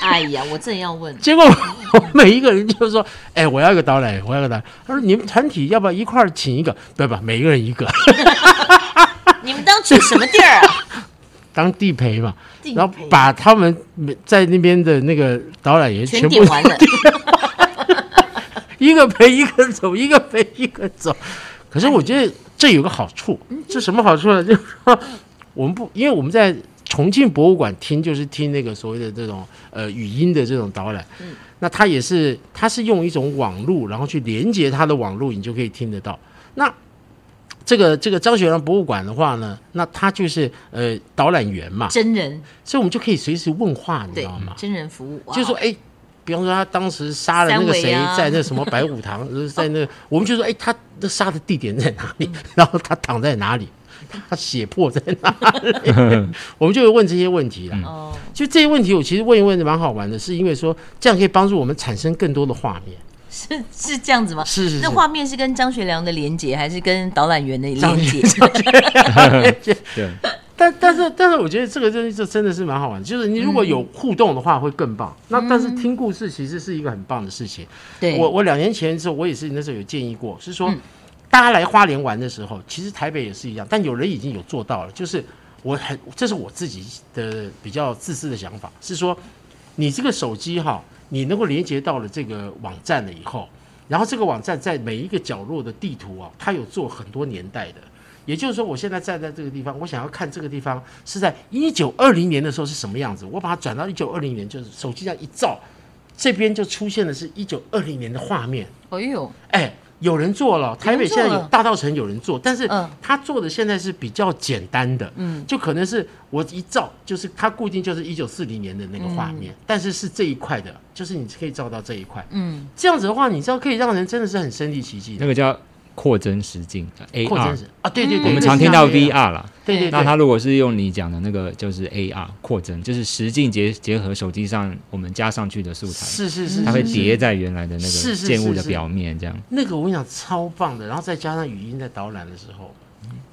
[SPEAKER 2] 哎呀，我正要问，
[SPEAKER 1] 结果我每一个人就说：“哎，我要一个导览，我要一个导览。”他说：“你们团体要不要一块儿请一个？不不，每一个人一个，
[SPEAKER 2] 你们当去什么地儿 啊？
[SPEAKER 1] 当地陪嘛。
[SPEAKER 2] 地陪
[SPEAKER 1] 然后把他们在那边的那个导览员
[SPEAKER 2] 全
[SPEAKER 1] 全
[SPEAKER 2] 点
[SPEAKER 1] 部
[SPEAKER 2] 完了，
[SPEAKER 1] 一个陪一个走，一个陪一个走。可是我觉得这有个好处，这什么好处呢？就是 说我们不，因为我们在重庆博物馆听，就是听那个所谓的这种呃语音的这种导览。那它也是，它是用一种网路，然后去连接它的网路，你就可以听得到。那这个这个张学良博物馆的话呢，那它就是呃导览员嘛，
[SPEAKER 2] 真人
[SPEAKER 1] 所以我们就可以随时问话，你知
[SPEAKER 2] 对
[SPEAKER 1] 道吗，？
[SPEAKER 2] 真人服务，哇
[SPEAKER 1] 嗯就说哎、比方说他当时杀了那个
[SPEAKER 2] 啊三
[SPEAKER 1] 谁
[SPEAKER 2] 围啊，
[SPEAKER 1] 在那什么白虎 堂，就是在那，我们就说哎、他那杀的地点在哪里？
[SPEAKER 2] 嗯
[SPEAKER 1] 然后他躺在哪里？他血泊在哪里？我们就会问这些问题啦。
[SPEAKER 2] 哦，
[SPEAKER 1] 就这些问题，我其实问一问蛮好玩的，是因为说这样可以帮助我们产生更多的画面。
[SPEAKER 2] 是是这样子吗？
[SPEAKER 1] 是是是
[SPEAKER 2] 那。画呃面是跟张学良的连接，还是跟导览员的连接？
[SPEAKER 3] 对，
[SPEAKER 1] 但但是但是，我觉得这个东西就真的是蛮好玩的，就是你如
[SPEAKER 2] 嗯
[SPEAKER 1] 果有互动的话会更棒。那但是听故事其实是一个很棒的事情。
[SPEAKER 2] 对，
[SPEAKER 1] 我我两年前的时候，我也是那时候有建议过，是说、大家来花莲玩的时候，其实台北也是一样，但有人已经有做到了，就是我很这是我自己的比较自私的想法，是说你这个手机哈，你能够连接到了这个网站了以后，然后这个网站在每一个角落的地图啊，它有做很多年代的。也就是说，我现在站在这个地方，我想要看这个地方是在一九二零年的时候是什么样子。我把它转到一九二零年，就是手机这样一照，这边就出现的是一九二零年的画面。
[SPEAKER 2] 哎呦，
[SPEAKER 1] 哎，有人做了，台北现在
[SPEAKER 2] 有人
[SPEAKER 1] 有
[SPEAKER 2] 做了
[SPEAKER 1] 大道城有人做，但是
[SPEAKER 2] 嗯
[SPEAKER 1] 他做的现在是比较简单的，
[SPEAKER 2] 嗯，
[SPEAKER 1] 就可能是我一照，就是它固定就是一九四零年的那个画面，但是是这一块的，就是你可以照到这一块，
[SPEAKER 2] 嗯，
[SPEAKER 1] 这样子的话，你知道可以让人真的是很身临其境
[SPEAKER 3] 那
[SPEAKER 1] 的，
[SPEAKER 3] 个叫扩增实境
[SPEAKER 1] 扩增
[SPEAKER 3] AR，
[SPEAKER 1] 是啊，对对对，
[SPEAKER 3] 我们常听到
[SPEAKER 1] 类似像
[SPEAKER 3] VR 啦。
[SPEAKER 1] 这样，对对
[SPEAKER 3] 那
[SPEAKER 1] 对，
[SPEAKER 3] 它如果是用你讲的那个，就是 AR 扩增，就是实境结结合手机上我们加上去的素材，
[SPEAKER 1] 是是是，
[SPEAKER 3] 它会
[SPEAKER 1] 是是
[SPEAKER 3] 叠在原来的那
[SPEAKER 1] 是
[SPEAKER 3] 个
[SPEAKER 1] 是
[SPEAKER 3] 建物
[SPEAKER 1] 是
[SPEAKER 3] 的
[SPEAKER 1] 是
[SPEAKER 3] 表面，这样。
[SPEAKER 1] 那个我跟你讲超棒的，然后再加上语音在导览的时候，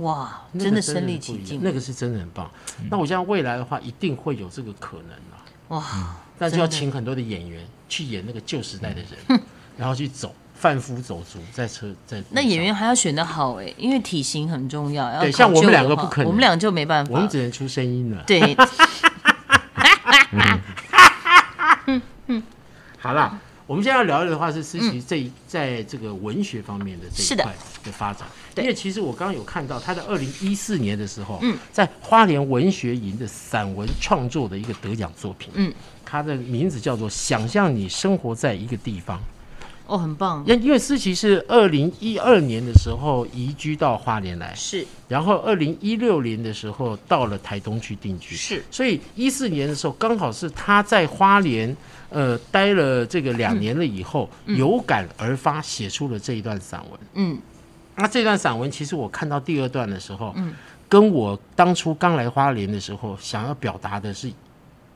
[SPEAKER 2] 哇，
[SPEAKER 1] 那个
[SPEAKER 2] 真的
[SPEAKER 1] 是
[SPEAKER 2] 身
[SPEAKER 1] 不一
[SPEAKER 2] 临
[SPEAKER 1] 样
[SPEAKER 2] 其境，嗯
[SPEAKER 1] 那个是真的很棒。那我想未来的话，一定会有这个可能啊。
[SPEAKER 2] 哇，
[SPEAKER 1] 那就要
[SPEAKER 2] 真的
[SPEAKER 1] 请很多的演员去演那个旧时代的人，然后去走贩夫走卒，在车在
[SPEAKER 2] 那演员还要选的好哎，因为体型很重要。要
[SPEAKER 1] 对像
[SPEAKER 2] 考究
[SPEAKER 1] 我们两个
[SPEAKER 2] 的话
[SPEAKER 1] 不可能
[SPEAKER 2] 我们两个就没办法，
[SPEAKER 1] 我们只能出声音了。
[SPEAKER 2] 对，
[SPEAKER 1] 好啦，我们现在要聊的话是思琪这一在这个文学方面的这
[SPEAKER 2] 嗯是
[SPEAKER 1] 一
[SPEAKER 2] 的
[SPEAKER 1] 块的发展，
[SPEAKER 2] 对
[SPEAKER 1] 因为其实我刚刚有看到他在二零一四年的时候，
[SPEAKER 2] 嗯，
[SPEAKER 1] 在花莲文学营的散文创作的一个得奖作品，
[SPEAKER 2] 嗯，
[SPEAKER 1] 它的名字叫做《想象你生活在一个地方》。
[SPEAKER 2] 哦，很棒，
[SPEAKER 1] 因因为思琪是二零一二年的时候移居到花莲来，
[SPEAKER 2] 是
[SPEAKER 1] 然后二零一六年的时候到了台东去定居，
[SPEAKER 2] 是
[SPEAKER 1] 所以一四年的时候刚好是他在花莲呃待了这个两年了以后，有感而发写出了这一段散文。
[SPEAKER 2] 嗯，
[SPEAKER 1] 那这段散文其实我看到第二段的时候，嗯，跟我当初刚来花莲的时候想要表达的是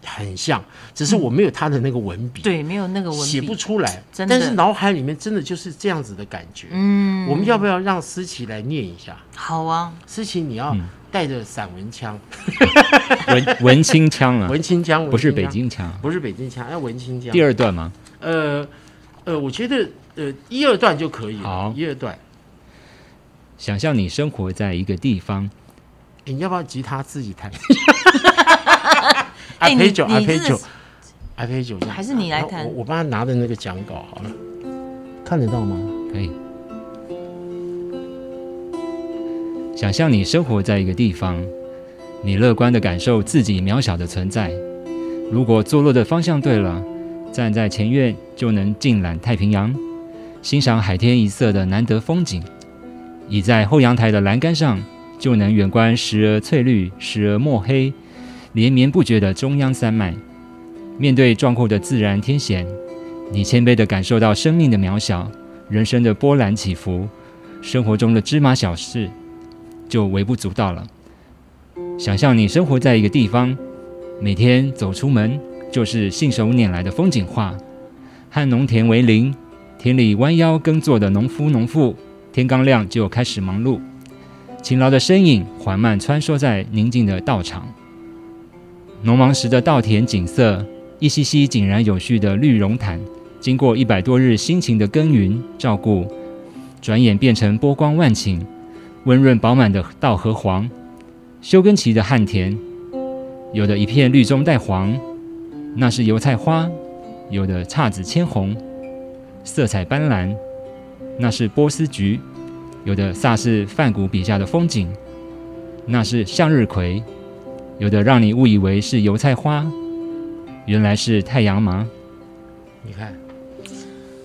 [SPEAKER 1] 很像，只是我没有他的那个文笔，
[SPEAKER 2] 对，没有那个文
[SPEAKER 1] 写
[SPEAKER 2] 笔
[SPEAKER 1] 不出来，
[SPEAKER 2] 真的
[SPEAKER 1] 但是脑海里面真的就是这样子的感觉。嗯，我们要不要让思琪来念一下？
[SPEAKER 2] 好啊，
[SPEAKER 1] 思琪，你
[SPEAKER 3] 嗯
[SPEAKER 1] 要带着散文腔、
[SPEAKER 3] 文文青腔啊，
[SPEAKER 1] 文青腔，
[SPEAKER 3] 不是
[SPEAKER 1] 文
[SPEAKER 3] 北
[SPEAKER 1] 青腔，
[SPEAKER 3] 京腔。
[SPEAKER 1] 不是北京腔，要文青腔
[SPEAKER 3] 第。二段吗？
[SPEAKER 1] 呃呃，我觉得呃一二段就可以了
[SPEAKER 3] 好，
[SPEAKER 1] 一二段。
[SPEAKER 3] 想象你生活在一个地方，
[SPEAKER 1] 你要不要吉他自己 弹？
[SPEAKER 2] 哎
[SPEAKER 1] 阿
[SPEAKER 2] 你
[SPEAKER 1] 佩九，阿
[SPEAKER 2] 你
[SPEAKER 1] 佩
[SPEAKER 2] 真的
[SPEAKER 1] 九
[SPEAKER 2] 是，
[SPEAKER 1] 阿佩九，
[SPEAKER 2] 还是你来弹
[SPEAKER 1] 我我帮他拿着那个讲稿好了，看得到吗？
[SPEAKER 3] 可以。想象你生活在一个地方，你乐观地感受自己渺小的存在。如果坐落的方向对了，站在前院就能尽览太平洋，欣赏海天一色的难得风景；倚在后阳台的栏杆上，就能远观时而翠绿，时而墨黑，连绵不绝的中央山脉。面对壮阔的自然天险，你谦卑地感受到生命的渺小，人生的波澜起伏，生活中的芝麻小事，就微不足道了。想象你生活在一个地方，每天走出门就是信手拈来的风景画，和农田为邻，田里弯腰耕作的农夫农妇，天刚亮就开始忙碌，勤劳的身影缓慢穿梭在宁静的道场，农忙时的稻田景色，一袭袭井然有序的绿绒毯。经过一百多日辛勤的耕耘照顾，转眼变成波光万顷、温润饱满的稻荷黄。休耕期的旱田，有的一片绿中带黄，那是油菜花；有的姹紫千红，色彩斑斓，那是波斯菊；有的煞是梵谷笔下的风景，那是向日葵；有的让你误以为是油菜花，原来是太阳麻。
[SPEAKER 1] 你看，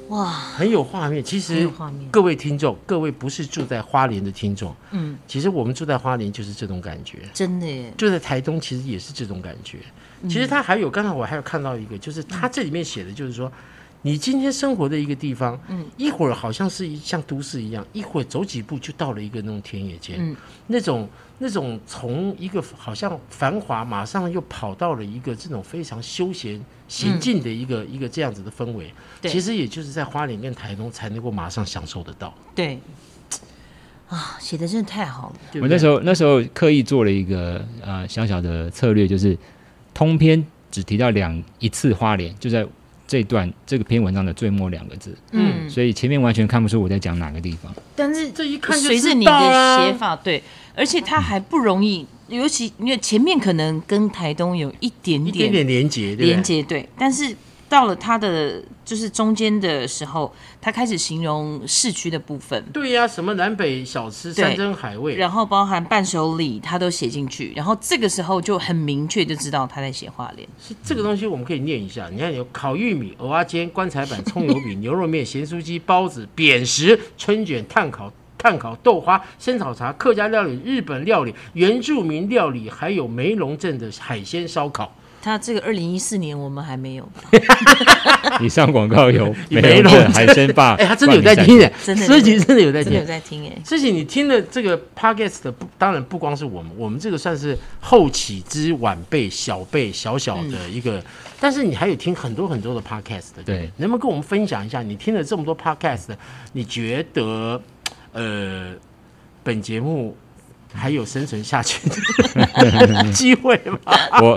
[SPEAKER 2] 哇，
[SPEAKER 1] 很有画面。其
[SPEAKER 2] 很
[SPEAKER 1] 实
[SPEAKER 2] 有画面，
[SPEAKER 1] 各位听众，各位不是住在花莲的听众，
[SPEAKER 2] 嗯，
[SPEAKER 1] 其实我们住在花莲就是这种感觉。
[SPEAKER 2] 真的耶，
[SPEAKER 1] 住在台东，其实也是这种感觉。其实他还有，刚才我还有看到一个，就是他这里面写的，就是说，你今天生活的一个地方，嗯，一会儿好像是一像都市一样，一会儿走几步就到了一个那种田野间，
[SPEAKER 2] 嗯
[SPEAKER 1] 那种那种从一个好像繁华，马上又跑到了一个这种非常休闲行进的一个、一个这样子的氛围。
[SPEAKER 2] 嗯对
[SPEAKER 1] 其实也就是在花莲跟台东才能够马上享受得到。
[SPEAKER 2] 对，啊，写的真的太好了，
[SPEAKER 1] 对不
[SPEAKER 3] 我
[SPEAKER 1] 对
[SPEAKER 3] 那时候那时候刻意做了一个呃小小的策略，就是通篇只提到两一次花莲，就在这段这个篇文章的最末两个字，
[SPEAKER 2] 嗯，
[SPEAKER 3] 所以前面完全看不出我在讲哪个地 方。
[SPEAKER 2] 但是
[SPEAKER 1] 这一看就
[SPEAKER 2] 随着你
[SPEAKER 1] 知道啊
[SPEAKER 2] 的
[SPEAKER 1] 啦
[SPEAKER 2] 写法，对，而且它还不容易，尤其因为前面可能跟台东有一点
[SPEAKER 1] 一点点连结，对不对
[SPEAKER 2] 连接对，但是到了它的就是中间的时候，它开始形容市区的部分，
[SPEAKER 1] 对呀、什么南北小吃、
[SPEAKER 2] 对
[SPEAKER 1] 山珍海味，
[SPEAKER 2] 然后包含伴手礼，它都写进去，然后这个时候就很明确就知道他在写花莲，
[SPEAKER 1] 是这个东西我们可以念一下。你看有烤玉米、蚵仔煎、棺材板、葱油饼、牛肉面、咸酥鸡、包子、扁食、春卷、炭烤。炭烤豆花、生草茶、客家料理、日本料理、原住民料理，还有梅龙镇的海鲜烧烤，
[SPEAKER 2] 他这个二零一四年我们还没有吧？
[SPEAKER 3] 以上广 告有
[SPEAKER 1] 没
[SPEAKER 3] 美容
[SPEAKER 1] 有
[SPEAKER 3] 的海参
[SPEAKER 2] 啊
[SPEAKER 3] 吧？
[SPEAKER 1] 哎、他真的有在听耶，
[SPEAKER 2] 真的
[SPEAKER 1] 思琪真的有在
[SPEAKER 2] 真的
[SPEAKER 1] 听
[SPEAKER 2] 有。在听哎、
[SPEAKER 1] 思琪，你听的这个 podcast 的不，当然不光是我们，我们这个算是后起之晚辈、小辈、小小的一个，但是你还有听很多很多的 podcast 的，
[SPEAKER 3] 对
[SPEAKER 1] 能不能跟我们分享一下，你听了这么多 podcast，你觉得呃，本节目还有生存下去 的机会吗？
[SPEAKER 3] 我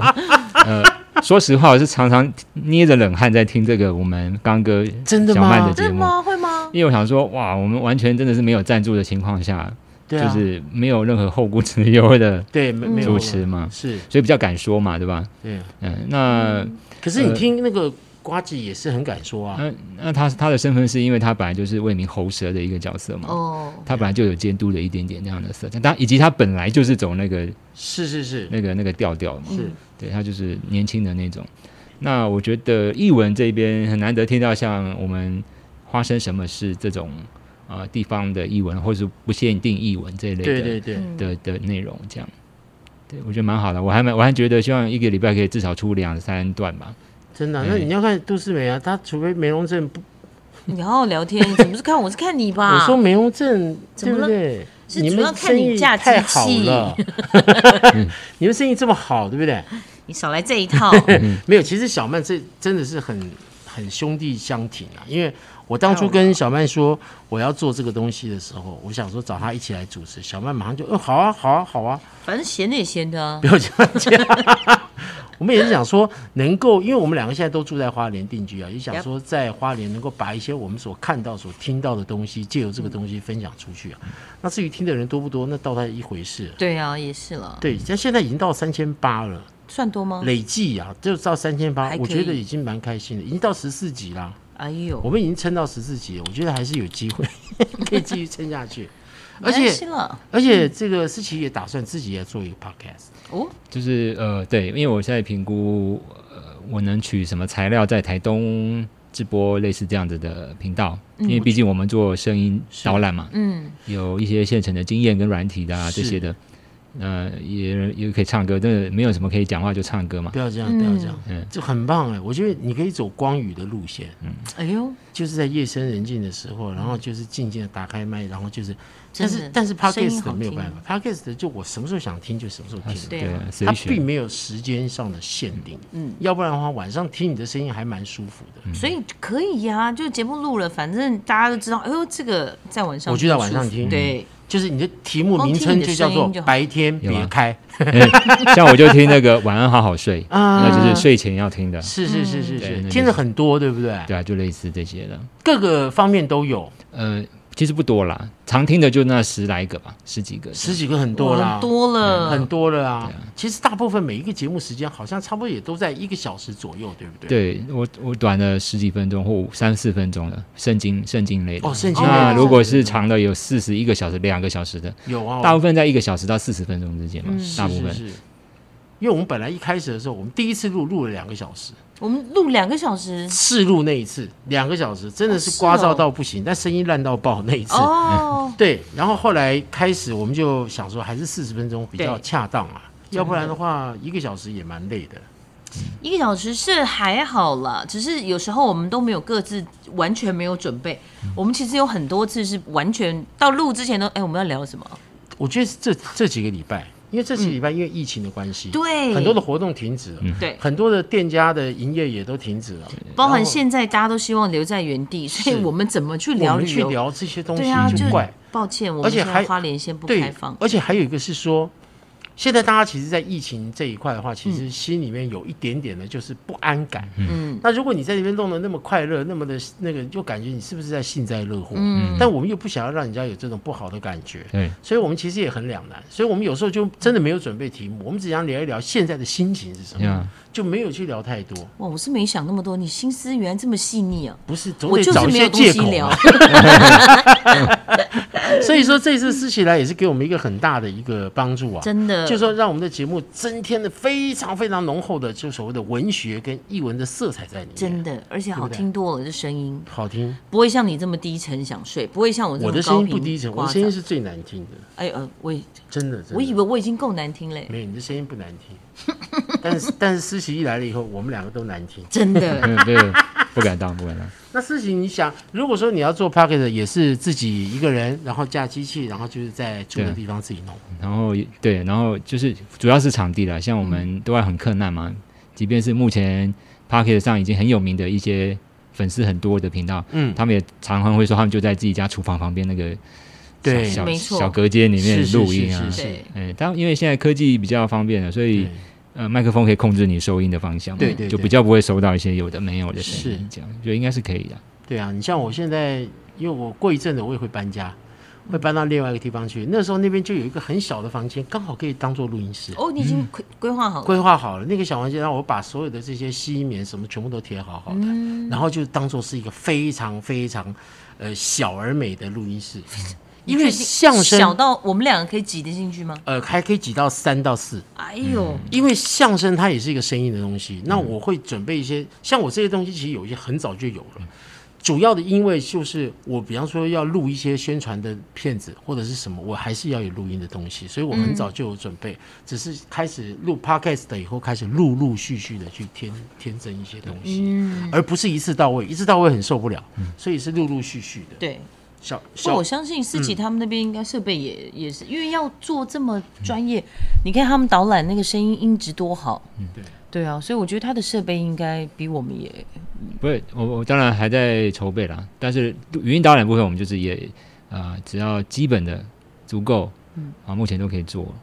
[SPEAKER 3] 呃，说实话，我是常常捏着冷汗在听这个我们刚哥
[SPEAKER 1] 真的
[SPEAKER 3] 小曼
[SPEAKER 1] 吗
[SPEAKER 3] 的节目，
[SPEAKER 2] 会吗？
[SPEAKER 3] 因为我想说，哇，我们完全真的是没有赞助的情况下，
[SPEAKER 1] 对啊，
[SPEAKER 3] 就是没有任何后顾之忧的
[SPEAKER 1] 对，没没有
[SPEAKER 3] 主持嘛，
[SPEAKER 1] 是，
[SPEAKER 3] 所以比较敢说嘛，对吧？
[SPEAKER 1] 对。
[SPEAKER 3] 嗯，那
[SPEAKER 1] 可是你听那个瓜子也是很敢说啊，
[SPEAKER 3] 那那他他的身份是因为他本来就是魏明喉舌的一个角色嘛，
[SPEAKER 2] 哦，
[SPEAKER 3] 他本来就有监督的一点点那样的色彩，但他以及他本来就是走那个
[SPEAKER 1] 是是是
[SPEAKER 3] 那个那个调调嘛，
[SPEAKER 1] 是，
[SPEAKER 3] 对他就是年轻的那种。那我觉得译文这边很难得听到像我们花生什么事这种呃地方的译文，或是不限定译文这一类的
[SPEAKER 1] 对对对，
[SPEAKER 2] 嗯
[SPEAKER 3] 的的内容这样。对，我觉得蛮好的，我还蛮我还觉得希望一个礼拜可以至少出两三段吧。
[SPEAKER 1] 真的啊、
[SPEAKER 3] 嗯
[SPEAKER 1] 那你要看杜世美啊，她除非梅容正不，
[SPEAKER 2] 你好好聊天， 怎么是看我是看你吧？
[SPEAKER 1] 我说梅容正
[SPEAKER 2] 啊怎
[SPEAKER 1] 对
[SPEAKER 2] 么
[SPEAKER 1] 不
[SPEAKER 2] 了
[SPEAKER 1] 对？
[SPEAKER 2] 是
[SPEAKER 1] 你
[SPEAKER 2] 主要
[SPEAKER 1] 们
[SPEAKER 2] 看
[SPEAKER 1] 生
[SPEAKER 2] 你
[SPEAKER 1] 意
[SPEAKER 2] 嫁
[SPEAKER 1] 太
[SPEAKER 2] 机
[SPEAKER 1] 好
[SPEAKER 2] 器
[SPEAKER 1] 了， 你们生意这么好，对不对？
[SPEAKER 2] 你少来这 一套，
[SPEAKER 1] 没有，其实小曼这真的是很很兄弟相挺啊。因为我当初跟小曼说我要做这个东西的时候，我想说找她一起来主持，小曼马上就，哦，好啊，好啊，好啊，
[SPEAKER 2] 反正闲的也闲的啊
[SPEAKER 1] 不。要这样讲。 我们也是想说，能够，因为我们两个现在都住在花莲定居啊，也想说在花莲能够把一些我们所看到、所听到的东西，借由这个东西分享出去啊。那至于听的人多不多，那到他一回事了。
[SPEAKER 2] 对啊，也是了，
[SPEAKER 1] 对，像现在已经到三千八了，
[SPEAKER 2] 算多吗？
[SPEAKER 1] 累计啊，就到三千八
[SPEAKER 2] 还，可以
[SPEAKER 1] 我觉得已经蛮开心的，已经到十四集啦。
[SPEAKER 2] 哎呦
[SPEAKER 1] 我，们已经撑到十四集了，我觉得还是有机会 可以继续撑下去。而
[SPEAKER 2] 没关系
[SPEAKER 1] 且
[SPEAKER 2] 了
[SPEAKER 1] 而且，这个思琪也打算自己也做一个 podcast。
[SPEAKER 2] 哦，
[SPEAKER 3] 就是呃，对，因为我现在评估呃，我能取什么材料在台东直播类似这样子的频道，因为毕竟我们做声音导览嘛，
[SPEAKER 2] 嗯，
[SPEAKER 3] 有一些现成的经验跟软体的啊
[SPEAKER 1] 是
[SPEAKER 3] 这些的，呃，也也可以唱歌，但是没有什么可以讲话就唱歌嘛
[SPEAKER 1] 不。要这样，不要这样，
[SPEAKER 3] 嗯
[SPEAKER 1] 就很棒哎！我觉得你可以走光宇的路线，
[SPEAKER 2] 哎呦，
[SPEAKER 1] 就是在夜深人静的时候，然后就是静静的打开麦，然后就是，但
[SPEAKER 2] 真的
[SPEAKER 1] 是但是
[SPEAKER 2] 声音
[SPEAKER 1] podcast
[SPEAKER 2] 好
[SPEAKER 1] 的没有
[SPEAKER 2] 听
[SPEAKER 1] 办法，podcast 的就我什么时候想听就什么时候听，
[SPEAKER 2] 对啊
[SPEAKER 3] 啊，随
[SPEAKER 1] 它并
[SPEAKER 3] 选。
[SPEAKER 1] 没有时间上的限定，嗯，要不然的话晚上听你的声音还蛮舒服
[SPEAKER 3] 嗯
[SPEAKER 1] 的，
[SPEAKER 2] 所以可以呀、就节目录了，反正大家都知道。哎呦，这个在晚上
[SPEAKER 1] 我就在晚上
[SPEAKER 2] 不舒服
[SPEAKER 1] 听
[SPEAKER 2] 对，
[SPEAKER 1] 就是你的题目
[SPEAKER 2] 光
[SPEAKER 1] 名
[SPEAKER 2] 听
[SPEAKER 1] 称
[SPEAKER 2] 你的
[SPEAKER 1] 就叫
[SPEAKER 2] 声音
[SPEAKER 1] 做“
[SPEAKER 2] 就好
[SPEAKER 1] 白天
[SPEAKER 3] 有
[SPEAKER 1] 别
[SPEAKER 3] 啊
[SPEAKER 1] 开
[SPEAKER 3] 像我就听那个晚安好好睡，”
[SPEAKER 1] 啊，
[SPEAKER 3] 那就是睡前要听的，
[SPEAKER 1] 是是是是
[SPEAKER 3] 嗯对那
[SPEAKER 1] 是，
[SPEAKER 3] 就是
[SPEAKER 1] 听了很多，对不对？
[SPEAKER 3] 对啊，就类似这些的。
[SPEAKER 1] 各个方面都有，
[SPEAKER 3] 呃，其实不多啦，常听的就那十来个吧，十几个。
[SPEAKER 1] 十几个很多啦
[SPEAKER 2] 哇，多了，
[SPEAKER 1] 很多了啊。其实大部分每一个节目时间好像差不多也都在一个小时左右，对不对？。
[SPEAKER 3] 对我，我短了十几分钟或五三四分钟的圣经圣经类的。
[SPEAKER 1] 哦圣经类的
[SPEAKER 3] 那如果是
[SPEAKER 1] 哦
[SPEAKER 3] 长的，有四十一个小时、两个小时的，
[SPEAKER 1] 有啊，
[SPEAKER 3] 大部分在一个小时到四十分钟之间嘛，
[SPEAKER 1] 是
[SPEAKER 3] 大部
[SPEAKER 1] 嗯是
[SPEAKER 3] 分。
[SPEAKER 1] 是。因为我们本来一开始的时候，我们第一次录录了两个小时，
[SPEAKER 2] 我们录两个小时
[SPEAKER 1] 试录那一次两个小时真的
[SPEAKER 2] 哦
[SPEAKER 1] 是
[SPEAKER 2] 是
[SPEAKER 1] 刮噪
[SPEAKER 2] 哦
[SPEAKER 1] 到不行，但声音烂到爆那一次。
[SPEAKER 2] 哦，
[SPEAKER 1] 对，然后后来开始我们就想说，还是四十分钟比较
[SPEAKER 2] 对
[SPEAKER 1] 恰当啊，要不然的话一个小时也蛮累的。
[SPEAKER 2] 一个小时是还好啦，只是有时候我们都没有各自完全没有准备。我们其实有很多次是完全到录之前都，哎，我们要聊什么？
[SPEAKER 1] 我觉得是这这几个礼拜，因为这几个礼拜因为疫情的关系，
[SPEAKER 2] 对
[SPEAKER 1] 很多的活动停止了，
[SPEAKER 2] 对，
[SPEAKER 1] 很多的店家的营业也都停止了，
[SPEAKER 2] 包含现在大家都希望留在原地，所以
[SPEAKER 1] 是
[SPEAKER 2] 我们怎么去
[SPEAKER 1] 我
[SPEAKER 2] 聊
[SPEAKER 1] 们
[SPEAKER 2] 旅
[SPEAKER 1] 去
[SPEAKER 2] 游？
[SPEAKER 1] 聊这些东西
[SPEAKER 2] 对啊，就
[SPEAKER 1] 就怪。
[SPEAKER 2] 抱歉，我
[SPEAKER 1] 而
[SPEAKER 2] 们
[SPEAKER 1] 且
[SPEAKER 2] 现在
[SPEAKER 1] 还
[SPEAKER 2] 花莲先不
[SPEAKER 1] 对
[SPEAKER 2] 开放，。
[SPEAKER 1] 而且还有一个是说，现在大家其实，在疫情这一块的话，其实心里面有一点点的就是不安感。
[SPEAKER 2] 嗯，
[SPEAKER 1] 那如果你在这边弄得那么快乐，那么的那个，就感觉你是不是在幸灾乐祸？嗯，但我们又不想要让人家有这种不好的感觉。
[SPEAKER 3] 对，
[SPEAKER 1] 所以我们其实也很两难，所以我们有时候就真的没有准备题目，我们只想聊一聊现在的心情是什么
[SPEAKER 3] 呀
[SPEAKER 1] 就没有去聊太多。
[SPEAKER 2] 哇，我是没想那么多，你心思原来这么细腻啊！
[SPEAKER 1] 不是，总
[SPEAKER 2] 我
[SPEAKER 1] 得
[SPEAKER 2] 就是
[SPEAKER 1] 找一
[SPEAKER 2] 没
[SPEAKER 1] 些
[SPEAKER 2] 有东
[SPEAKER 1] 借
[SPEAKER 2] 西
[SPEAKER 1] 口嘛。
[SPEAKER 2] 聊，
[SPEAKER 1] 所以说这次思起来也是给我们一个很大的一个帮助啊。
[SPEAKER 2] 真的。
[SPEAKER 1] 就说让我们的节目增添了非常非常浓厚的，就所谓的文学跟译文的色彩在里面，
[SPEAKER 2] 真的，而且好听多了，这声音
[SPEAKER 1] 好听。
[SPEAKER 2] 不会像你这么低沉想睡，不会像我这
[SPEAKER 1] 我
[SPEAKER 2] 么
[SPEAKER 1] 的
[SPEAKER 2] 高
[SPEAKER 1] 声音
[SPEAKER 2] 频
[SPEAKER 1] 不低沉，我
[SPEAKER 2] 夸
[SPEAKER 1] 的声音
[SPEAKER 2] 张
[SPEAKER 1] 是最难听的，
[SPEAKER 2] 哎呃，我也
[SPEAKER 1] 真的。真的
[SPEAKER 2] 我以为我已经够难听嘞，
[SPEAKER 1] 没有，你的声音不难听， 但是但是思琪一来了以后，我们两个都难听。
[SPEAKER 2] 真的。
[SPEAKER 3] 嗯，对， 不敢当，不敢当。
[SPEAKER 1] 那思琪，你想，如果说你要做 p o c k e t 也是自己一个人，然后架机器，然后就是在住的
[SPEAKER 3] 对
[SPEAKER 1] 地方自己弄，
[SPEAKER 3] 然后也对，然后就是主要是场地啦，像我们都还很困难嘛，即便是目前 p o c k e t 上已经很有名的一些粉丝很多的频道，
[SPEAKER 1] 嗯，
[SPEAKER 3] 他们也常常会说他们就在自己家厨房旁边那个
[SPEAKER 1] 对
[SPEAKER 3] 小
[SPEAKER 2] 没错
[SPEAKER 3] 小小隔间里
[SPEAKER 1] 是
[SPEAKER 3] 面
[SPEAKER 1] 是
[SPEAKER 3] 录音啊
[SPEAKER 1] 是。是
[SPEAKER 2] 对，
[SPEAKER 3] 嗯，当因为现在科技比较方便了，所以呃，麦克风可以控制你收音的方向嘛，
[SPEAKER 1] 对对对
[SPEAKER 3] 就比较不会收到一些有的没有的声音
[SPEAKER 1] 是，
[SPEAKER 3] 这样就应该是可以的。
[SPEAKER 1] 对啊，你像我现在，因为我过一阵子我也会搬家，会搬到另外一个地方去。那时候那边就有一个很小的房间，刚好可以当做录音室。
[SPEAKER 2] 哦，你已经规规划好了，
[SPEAKER 1] 嗯规划好了那个小房间，然后我把所有的这些吸棉什么全部都贴好好的，
[SPEAKER 2] 嗯
[SPEAKER 1] 然后就当做是一个非常非常呃小而美的录音室，因为相
[SPEAKER 2] 小
[SPEAKER 1] 声
[SPEAKER 2] 到我们两个可以挤得进去吗？
[SPEAKER 1] 呃还可以挤到三到四，
[SPEAKER 2] 哎呦，
[SPEAKER 1] 因为相声它也是一个声音的东
[SPEAKER 2] 嗯
[SPEAKER 1] 西。那我会准备一些，像我这些东西其实有一些很早就有了。主要的，因为就是我，比方说要录一些宣传的片子或者是什么，我还是要有录音的东西，所以我很早就有准备，只是开始录 podcast 的以后，开始陆陆续续的去添添增一些东西，
[SPEAKER 2] 嗯
[SPEAKER 1] 而不是一次到位，一次到位很受不了，所以是陆陆续续的。
[SPEAKER 2] 对，
[SPEAKER 1] 小
[SPEAKER 2] 嗯不过
[SPEAKER 1] 小嗯
[SPEAKER 2] 我相信思琪他们那边应该设备也也是，因为要做这么专业，你看他们导览那个声音音质多好，
[SPEAKER 1] 嗯对
[SPEAKER 2] 对啊，所以我觉得他的设备应该比我们也
[SPEAKER 3] 不是我我当然还在筹备啦，但是语音导览部分我们就是也啊、只要基本的足够，啊，目前都可以做。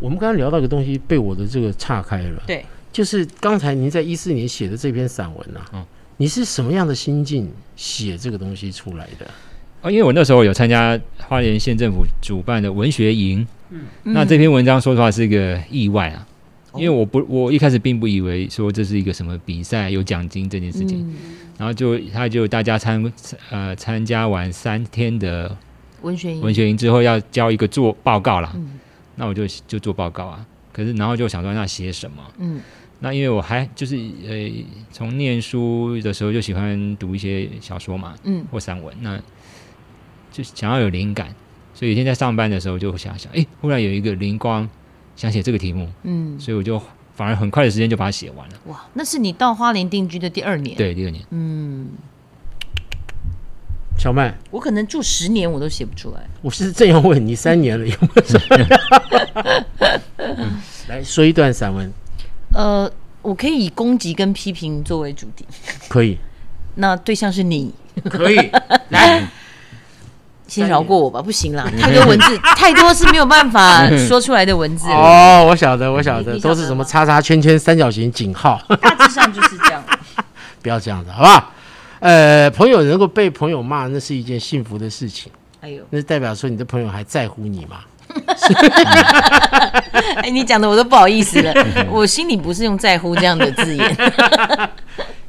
[SPEAKER 1] 我们刚刚聊到一个东西，被我的这个岔开了。
[SPEAKER 2] 对。
[SPEAKER 1] 就是刚才您在一四年写的这篇散文啊，你是什么样的心境写这个东西出来的？
[SPEAKER 3] 啊，因为我那时候有参加花莲县政府主办的文学营，嗯，那这篇文章说实话是一个意外啊，因为我不，我一开始并不以为说这是一个什么比赛有奖金这件事情，然后就他就大家参呃参加完三天的
[SPEAKER 2] 文学营
[SPEAKER 3] 文学营之后要交一个做报告啦，
[SPEAKER 2] 嗯
[SPEAKER 3] 那我就就做报告啊，可是然后就想说那写什么，
[SPEAKER 2] 嗯，
[SPEAKER 3] 那因为我还就是呃，从念书的时候就喜欢读一些小说嘛，
[SPEAKER 2] 嗯，
[SPEAKER 3] 或散文，那就想要有灵感，所以有一天在上班的时候就想想，诶，忽然有一个灵光，想写这个题目，
[SPEAKER 2] 嗯，
[SPEAKER 3] 所以我就反而很快的时间就把它写完了。
[SPEAKER 2] 哇，那是你到花莲定居的第二年，，
[SPEAKER 3] 对，第二年，
[SPEAKER 2] 嗯，
[SPEAKER 1] 小曼，
[SPEAKER 2] 我可能住十年我都写不出来，
[SPEAKER 1] 我是正要问你三年了，有没有什么？ 来说一段散文，
[SPEAKER 2] 呃，我可以以攻击跟批评作为主题，
[SPEAKER 1] 可以，
[SPEAKER 2] 那对象是你，
[SPEAKER 1] 可以，来，
[SPEAKER 2] 先饶过我吧，不行啦，太多 文字，太多是没有办法说出来的文字了，
[SPEAKER 1] 哦，我晓得，我晓
[SPEAKER 2] 你
[SPEAKER 1] 得，
[SPEAKER 2] 你晓得
[SPEAKER 1] 都是什么叉叉圈圈三角形井号，
[SPEAKER 2] 大致上就是这样。
[SPEAKER 1] 不要这样子，好不好？呃，朋友能够被朋友骂，那是一件幸福的事情，
[SPEAKER 2] 哎呦，
[SPEAKER 1] 那代表说你的朋友还在乎你嘛？
[SPEAKER 2] 哎，你讲的我都不好 意思了，我心里不是用在乎这样的字眼，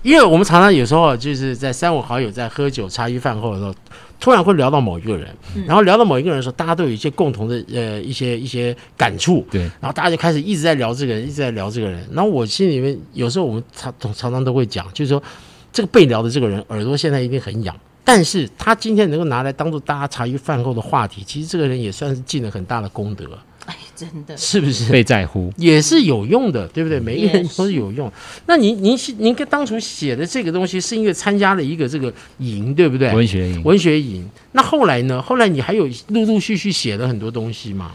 [SPEAKER 1] 因为我们常常有时候就是在三五好友在喝酒茶余饭后的时候，突然会聊到某一个人，然后聊到某一个人的时候，大家都有一些共同的呃一些一些感触，
[SPEAKER 3] 对
[SPEAKER 1] 然后大家就开始一直在聊这个人，一直在聊这个人。然后我心里面有时候我们常常常都会讲，就是说这个被聊的这个人耳朵现在一定很痒，但是他今天能够拿来当做大家茶余饭后的话题，其实这个人也算是尽了很大的功德，
[SPEAKER 2] 哎，真的，
[SPEAKER 1] 是不是？
[SPEAKER 3] 被在乎，
[SPEAKER 1] 也是有用的，对不对？每一个
[SPEAKER 2] 也
[SPEAKER 1] 人
[SPEAKER 2] 是
[SPEAKER 1] 都是有用。那您您是您跟当初写的这个东西，是因为参加了一个这个营，对不对？
[SPEAKER 3] 文学营，
[SPEAKER 1] 文学营。那后来呢？后来你还有陆陆续续写了很多东西嘛？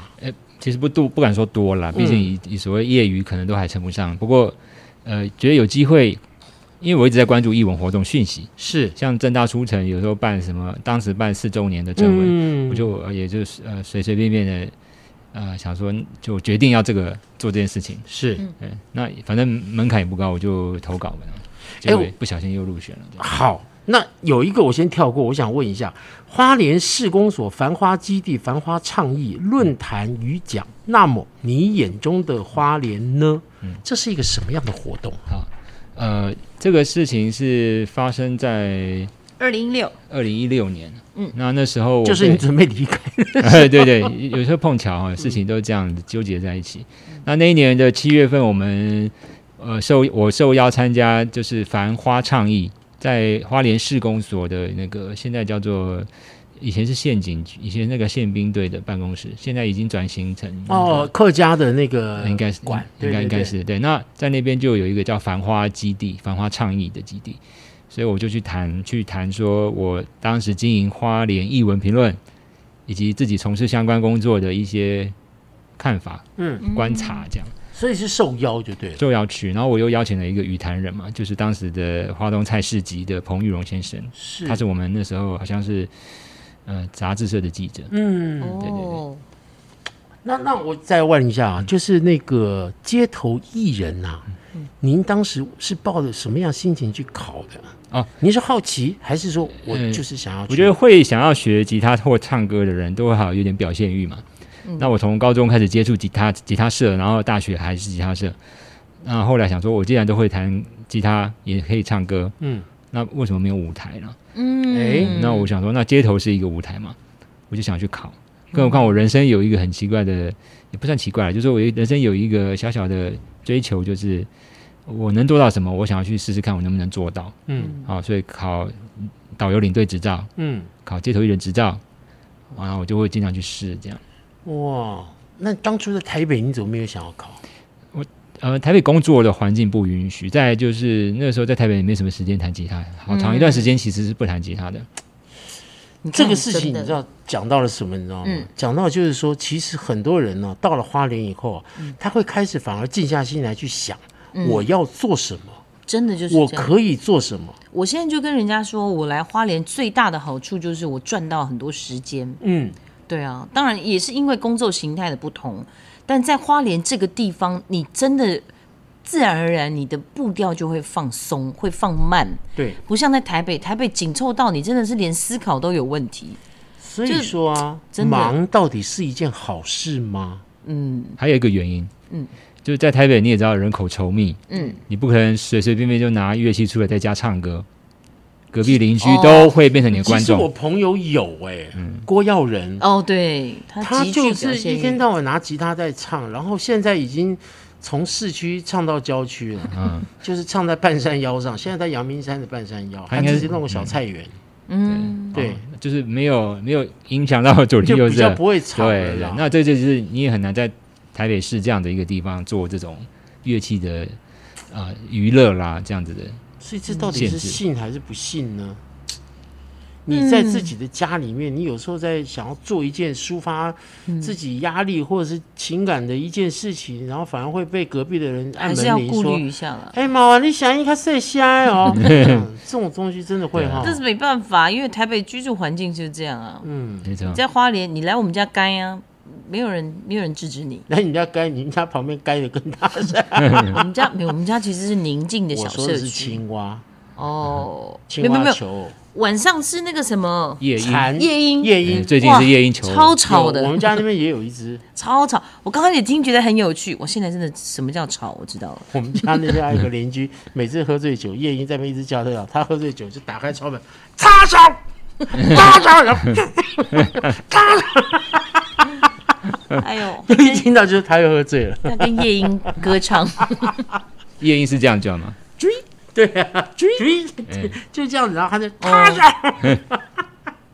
[SPEAKER 3] 其实不多，不敢说多
[SPEAKER 1] 嗯
[SPEAKER 3] 啦，毕竟以以所谓业余可能都还称不上。不过，呃，觉得有机会，因为我一直在关注艺文活动讯息，
[SPEAKER 1] 是，
[SPEAKER 3] 像正大书城有时候办什么，当时办四周年的征文，
[SPEAKER 1] 嗯，
[SPEAKER 3] 我就呃也就是呃随随便便的呃想说就决定要这个做这件事情，
[SPEAKER 1] 是。
[SPEAKER 3] 对，那反正门槛也不高，我就投稿吧。结
[SPEAKER 1] 哎我
[SPEAKER 3] 果不小心又入选了，对
[SPEAKER 1] 好，那有一个我先跳过，我想问一下，花莲市公所繁花基地繁花倡议论坛与讲，那么你眼中的花莲呢？
[SPEAKER 3] 嗯
[SPEAKER 1] 这是一个什么样的活动？
[SPEAKER 3] 哦呃，这个事情是发生在
[SPEAKER 2] 二零一六，
[SPEAKER 3] 二零一六年，
[SPEAKER 2] 嗯，
[SPEAKER 3] 那那时候我
[SPEAKER 1] 就是
[SPEAKER 3] 被
[SPEAKER 1] 你准备离开，
[SPEAKER 3] 哎， 对对，有时候碰巧哈，事情都这样子纠结在一起。那那一年的七月份，我们呃受我受邀参加就是繁花倡议，在花莲市公所的那个现在叫做。以前是县警局，以前那个宪兵队的办公室，现在已经转型成那个
[SPEAKER 1] 哦，客家的那个
[SPEAKER 3] 应该是
[SPEAKER 1] 馆，
[SPEAKER 3] 应该
[SPEAKER 1] 对
[SPEAKER 3] 应
[SPEAKER 1] 对
[SPEAKER 3] 该
[SPEAKER 1] 对
[SPEAKER 3] 是对。那在那边就有一个叫繁花基地、繁花倡议的基地，所以我就去谈去谈，说我当时经营花莲艺文评论，以及自己从事相关工作的一些看法、
[SPEAKER 1] 嗯，
[SPEAKER 3] 观察这样。
[SPEAKER 1] 所以是受邀就对了。
[SPEAKER 3] 就要去，然后我又邀请了一个语坛人嘛，就是当时的花东菜市集的彭玉荣先生，
[SPEAKER 1] 是
[SPEAKER 3] 他是我们那时候好像是呃杂志社的记者，
[SPEAKER 1] 嗯，
[SPEAKER 3] 对对
[SPEAKER 2] 哦，
[SPEAKER 1] 那那我再问一下啊，就是那个街头艺人呐、您当时是抱着什么样心情去考的？
[SPEAKER 3] 哦，
[SPEAKER 1] 您是好奇，还是说我
[SPEAKER 3] 嗯
[SPEAKER 1] 就是想要去？
[SPEAKER 3] 我觉得会想要学吉他或唱歌的人都会好有点表现欲嘛。那我从高中开始接触吉他吉他社，然后大学还是吉他社。那后来想说，我既然都会弹吉他，也可以唱歌，
[SPEAKER 1] 嗯，
[SPEAKER 3] 那为什么没有舞台呢？
[SPEAKER 2] 嗯，
[SPEAKER 1] 哎
[SPEAKER 3] 那我想说，那街头是一个舞台嘛，我就想去考。更何况我人生有一个很奇怪的，也不算奇怪了，就是我人生有一个小小的追求，就是我能做到什么，我想要去试试看我能不能做到。
[SPEAKER 1] 嗯
[SPEAKER 3] 好，所以考导游领队执照，
[SPEAKER 1] 嗯，
[SPEAKER 3] 考街头艺人执照，然后我就会经常去试这样。
[SPEAKER 1] 哇，那当初在台北你怎么没有想要考？
[SPEAKER 3] 呃，台北工作的环境不允许，再来就是那时候在台北也没什么时间弹吉他，好长一段时间其实是不弹吉他的。
[SPEAKER 2] 你看
[SPEAKER 1] 这个事情
[SPEAKER 2] 真的
[SPEAKER 1] 你知道讲到了什么？你知道吗
[SPEAKER 2] 嗯？
[SPEAKER 1] 讲到就是说，其实很多人呢、到了花莲以后，啊
[SPEAKER 2] 嗯
[SPEAKER 1] 他会开始反而静下心来去想，我要做什么，
[SPEAKER 2] 真的就是
[SPEAKER 1] 我
[SPEAKER 2] 这样
[SPEAKER 1] 可以做什么。
[SPEAKER 2] 我现在就跟人家说，我来花莲最大的好处就是我赚到很多时间。
[SPEAKER 1] 嗯，
[SPEAKER 2] 对啊，当然也是因为工作形态的不同，但在花莲这个地方，你真的自然而然你的步调就会放松，会放慢，
[SPEAKER 1] 对，
[SPEAKER 2] 不像在台北，台北紧凑到你真的是连思考都有问题。
[SPEAKER 1] 所以说啊，
[SPEAKER 2] 真的
[SPEAKER 1] 忙到底是一件好事吗？
[SPEAKER 3] 还有一个原因，
[SPEAKER 2] 嗯，
[SPEAKER 3] 就是在台北你也知道人口稠密，
[SPEAKER 2] 嗯，
[SPEAKER 3] 你不可能随随便便就拿乐器出来在家唱歌，隔壁邻居
[SPEAKER 2] 哦
[SPEAKER 3] 都会变成你的
[SPEAKER 1] 其
[SPEAKER 3] 观
[SPEAKER 1] 实我
[SPEAKER 3] 众。嗯
[SPEAKER 1] 朋友有哎、郭耀仁，
[SPEAKER 2] 哦，对，他
[SPEAKER 1] 他
[SPEAKER 2] 极具
[SPEAKER 1] 就
[SPEAKER 2] 表
[SPEAKER 1] 是
[SPEAKER 2] 现
[SPEAKER 1] 一
[SPEAKER 2] 欲
[SPEAKER 1] 天到晚拿吉他在唱，然后现在已经从市区唱到郊区了，
[SPEAKER 3] 嗯，
[SPEAKER 1] 就是唱在半山腰上，现在在阳明山的半山腰，
[SPEAKER 3] 他
[SPEAKER 1] 还
[SPEAKER 3] 应该
[SPEAKER 1] 自
[SPEAKER 3] 是
[SPEAKER 1] 己弄个小菜园，
[SPEAKER 2] 嗯，
[SPEAKER 1] 对，
[SPEAKER 3] 就是没有没有影响到左邻
[SPEAKER 1] 就
[SPEAKER 3] 右
[SPEAKER 1] 比较
[SPEAKER 3] 舍。
[SPEAKER 1] 不会吵了
[SPEAKER 3] 对对
[SPEAKER 1] 啦，。
[SPEAKER 3] 那这就是你也很难在台北市这样的一个地方做这种乐器的啊娱乐啦，这样子的。
[SPEAKER 1] 所以这到底是
[SPEAKER 3] 嗯限制
[SPEAKER 1] 信还是不信呢？你在自己的家里面，你有时候在想要做一件抒发
[SPEAKER 2] 嗯
[SPEAKER 1] 自己压力或者是情感的一件事情，然后反而会被隔壁的人按
[SPEAKER 2] 还是
[SPEAKER 1] 门
[SPEAKER 2] 要
[SPEAKER 1] 铃
[SPEAKER 2] 顾
[SPEAKER 1] 说
[SPEAKER 2] 虑一下啦。：“
[SPEAKER 1] 哎，妈妈，你想一个谁瞎 哦？”嗯这种东西真的
[SPEAKER 3] 啊
[SPEAKER 1] 会哈
[SPEAKER 2] 这。是没办法，因为台北居住环境就是这样啊。
[SPEAKER 1] 嗯，
[SPEAKER 3] 没错
[SPEAKER 2] 你，在花莲，你来我们家干呀、没有人没有人制止你。
[SPEAKER 1] 那人家该，人家旁边该的更 大声。
[SPEAKER 2] 我们家没有，我们家其实是宁静的
[SPEAKER 1] 嗯我
[SPEAKER 2] 小
[SPEAKER 1] 说
[SPEAKER 2] 社
[SPEAKER 1] 的是
[SPEAKER 2] 区。
[SPEAKER 1] 青蛙，
[SPEAKER 2] 哦，没
[SPEAKER 1] 青
[SPEAKER 2] 有没有没
[SPEAKER 1] 蛙
[SPEAKER 2] 有，
[SPEAKER 1] 球，
[SPEAKER 2] 晚上是那个什么
[SPEAKER 3] 夜莺，
[SPEAKER 1] 蝉，
[SPEAKER 2] 夜莺
[SPEAKER 1] 夜
[SPEAKER 3] 嗯
[SPEAKER 1] 莺，
[SPEAKER 3] 最近
[SPEAKER 2] 哇
[SPEAKER 3] 是夜莺球，
[SPEAKER 2] 超吵
[SPEAKER 1] 有我
[SPEAKER 2] 的
[SPEAKER 1] 们，家那边也有一只，
[SPEAKER 2] 超吵。我刚开始听觉得很有趣，我现在真的什么叫吵，我知道了。
[SPEAKER 1] 我们家那边还有个邻居， 每次喝醉酒，夜莺在那边一直叫他叫，他喝醉酒就打开窗门，插手， 插手，然后嗯
[SPEAKER 2] 哎呦，
[SPEAKER 1] 一听到就是他又喝醉
[SPEAKER 3] 哎
[SPEAKER 1] 了。
[SPEAKER 2] 那跟夜莺歌唱，
[SPEAKER 3] 夜莺是这样叫吗？
[SPEAKER 1] 对啊，追
[SPEAKER 3] 嗯
[SPEAKER 1] 就这样子，然后他就插
[SPEAKER 3] 哦
[SPEAKER 1] 手，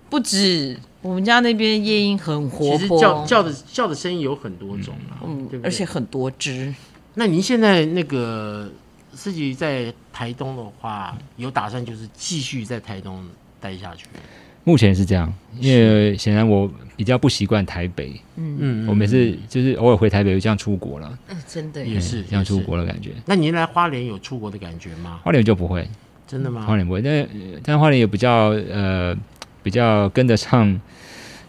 [SPEAKER 2] 不止我们家那边夜莺很活
[SPEAKER 1] 其实叫
[SPEAKER 2] 泼，
[SPEAKER 1] 叫的叫的声音有很多种啊，
[SPEAKER 2] 嗯
[SPEAKER 1] 对不对？
[SPEAKER 2] 而且很多只。
[SPEAKER 1] 那您现在那个自己在台东的话，
[SPEAKER 3] 嗯
[SPEAKER 1] 有打算就是继续在台东待下去？
[SPEAKER 3] 目前是这样，因为显然我比较不习惯台北，
[SPEAKER 1] 嗯
[SPEAKER 3] 我每次就是偶尔回台北，就像出国了，
[SPEAKER 2] 嗯真的耶，
[SPEAKER 1] 也是
[SPEAKER 3] 像出。
[SPEAKER 1] 也是
[SPEAKER 3] 国的感觉。
[SPEAKER 1] 那您来花莲有出国的感觉吗？
[SPEAKER 3] 花莲就不会，
[SPEAKER 1] 真的
[SPEAKER 3] 花
[SPEAKER 1] 吗？
[SPEAKER 3] 莲不会，但但花莲也比较呃比较跟得上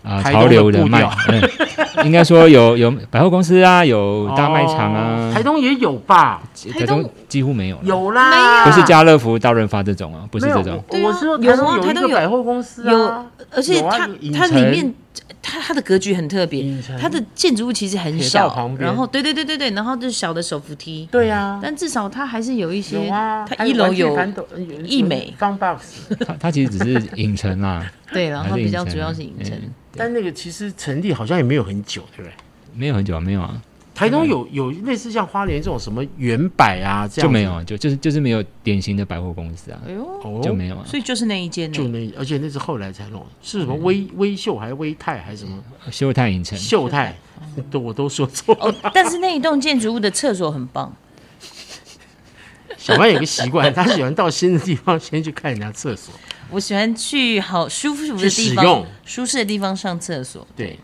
[SPEAKER 3] 啊、
[SPEAKER 1] 台东
[SPEAKER 3] 潮
[SPEAKER 1] 的
[SPEAKER 3] 流的
[SPEAKER 1] 步
[SPEAKER 3] 脉
[SPEAKER 1] 调，
[SPEAKER 3] 嗯，应该说有有百货公司啊，有大卖场啊
[SPEAKER 1] 哦，台东也有吧？
[SPEAKER 3] 台东几乎没有了，
[SPEAKER 1] 有啦，
[SPEAKER 2] 没
[SPEAKER 3] 不是家乐福、大润发这种啊，不是
[SPEAKER 1] 没有
[SPEAKER 3] 这种，
[SPEAKER 1] 我我是说
[SPEAKER 2] 对啊
[SPEAKER 1] 台东
[SPEAKER 2] 有啊台
[SPEAKER 1] 一
[SPEAKER 2] 东
[SPEAKER 1] 个
[SPEAKER 2] 有
[SPEAKER 1] 百货公司
[SPEAKER 2] 有
[SPEAKER 1] 啊，，
[SPEAKER 2] 而且
[SPEAKER 1] 有啊
[SPEAKER 2] 它
[SPEAKER 1] 影
[SPEAKER 2] 它里
[SPEAKER 1] 城
[SPEAKER 2] 面它它的格局很特别
[SPEAKER 1] 影城，
[SPEAKER 2] 它的建筑物其实很
[SPEAKER 1] 铁道
[SPEAKER 2] 小，
[SPEAKER 1] 旁边
[SPEAKER 2] 然后对对对对对，然后就是小的手扶梯，
[SPEAKER 1] 对呀，
[SPEAKER 2] 但至少它还是有一些，
[SPEAKER 1] 有啊，
[SPEAKER 2] 它
[SPEAKER 1] 还
[SPEAKER 2] 一楼
[SPEAKER 1] 玩具
[SPEAKER 2] 有
[SPEAKER 1] 反斗呃有
[SPEAKER 2] 益美
[SPEAKER 1] Fun Box，
[SPEAKER 3] 它它其实只是影城啦，
[SPEAKER 2] 对，然后
[SPEAKER 3] 还是
[SPEAKER 2] 比
[SPEAKER 3] 影
[SPEAKER 2] 较
[SPEAKER 3] 城
[SPEAKER 2] 主要
[SPEAKER 3] 啊
[SPEAKER 2] 是影
[SPEAKER 3] 嗯
[SPEAKER 2] 城，
[SPEAKER 1] 但那个其实成立好像也没有很久，对不对？
[SPEAKER 3] 没有很久啊，没有啊，
[SPEAKER 1] 台东有有类似像花莲这种什么原百啊这样子
[SPEAKER 3] 就没有，啊，就就是就是没有典型的百货公司啊，
[SPEAKER 2] 哎呦，
[SPEAKER 1] 哦
[SPEAKER 3] 就没有啊，
[SPEAKER 2] 所以就是那一间
[SPEAKER 1] 就
[SPEAKER 2] 呢，
[SPEAKER 1] 那，而且那是后来才弄，是什么
[SPEAKER 3] 嗯
[SPEAKER 1] 微微秀还是微泰还是什么
[SPEAKER 3] 秀泰影城，
[SPEAKER 1] 秀泰，
[SPEAKER 2] 嗯
[SPEAKER 1] 都我都说错了。
[SPEAKER 2] 哦但是那一栋建筑物的厕所很棒，
[SPEAKER 1] 小曼有个习惯，她喜欢到新的地方先去看人家厕所。
[SPEAKER 2] 我喜欢去好舒服
[SPEAKER 1] 去
[SPEAKER 2] 的
[SPEAKER 1] 使
[SPEAKER 2] 地方
[SPEAKER 1] 用，
[SPEAKER 2] 舒适的地方上厕所，
[SPEAKER 1] 对，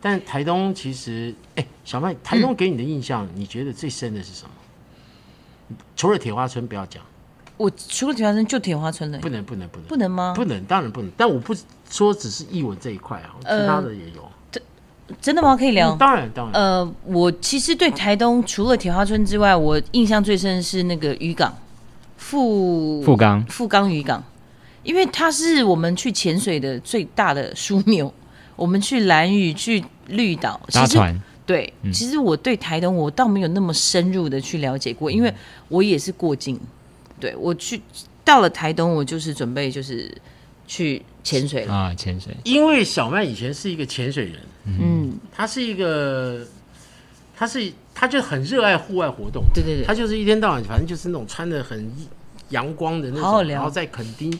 [SPEAKER 1] 但台东其实，哎，小曼，台
[SPEAKER 2] 嗯
[SPEAKER 1] 东给你的印象，你觉得最深的是什么？除了铁花村不要讲，
[SPEAKER 2] 我除了铁花村就铁花村了
[SPEAKER 1] 不，能不能不能
[SPEAKER 2] 不能吗？
[SPEAKER 1] 啊不能，当然不能。但我不说只是译文这一块啊，其他的也有。
[SPEAKER 2] 真的吗？可以聊？
[SPEAKER 1] 当然当然，
[SPEAKER 2] 呃，我其实对台东除了铁花村之外，我印象最深的是那个渔港，富
[SPEAKER 3] 富冈
[SPEAKER 2] 富冈渔港，因为它是我们去潜水的最大的枢纽。我们去蓝屿、去绿岛，其
[SPEAKER 3] 搭
[SPEAKER 2] 实
[SPEAKER 3] 船，嗯
[SPEAKER 2] 对，其实我对台东我倒没有那么深入的去了解
[SPEAKER 3] 嗯
[SPEAKER 2] 过，因为我也是过境。对我去到了台东，我就是准备就是去潜水了。
[SPEAKER 3] 啊，潜水，
[SPEAKER 1] 因为小曼以前是一个潜水人，
[SPEAKER 2] 嗯，
[SPEAKER 1] 她是一个，她是她就很热爱户外活动，
[SPEAKER 2] 对对
[SPEAKER 1] 她
[SPEAKER 2] 对，
[SPEAKER 1] 就是一天到晚反正就是那种穿的很阳光的那种，
[SPEAKER 2] 好好聊
[SPEAKER 1] 然后在垦丁，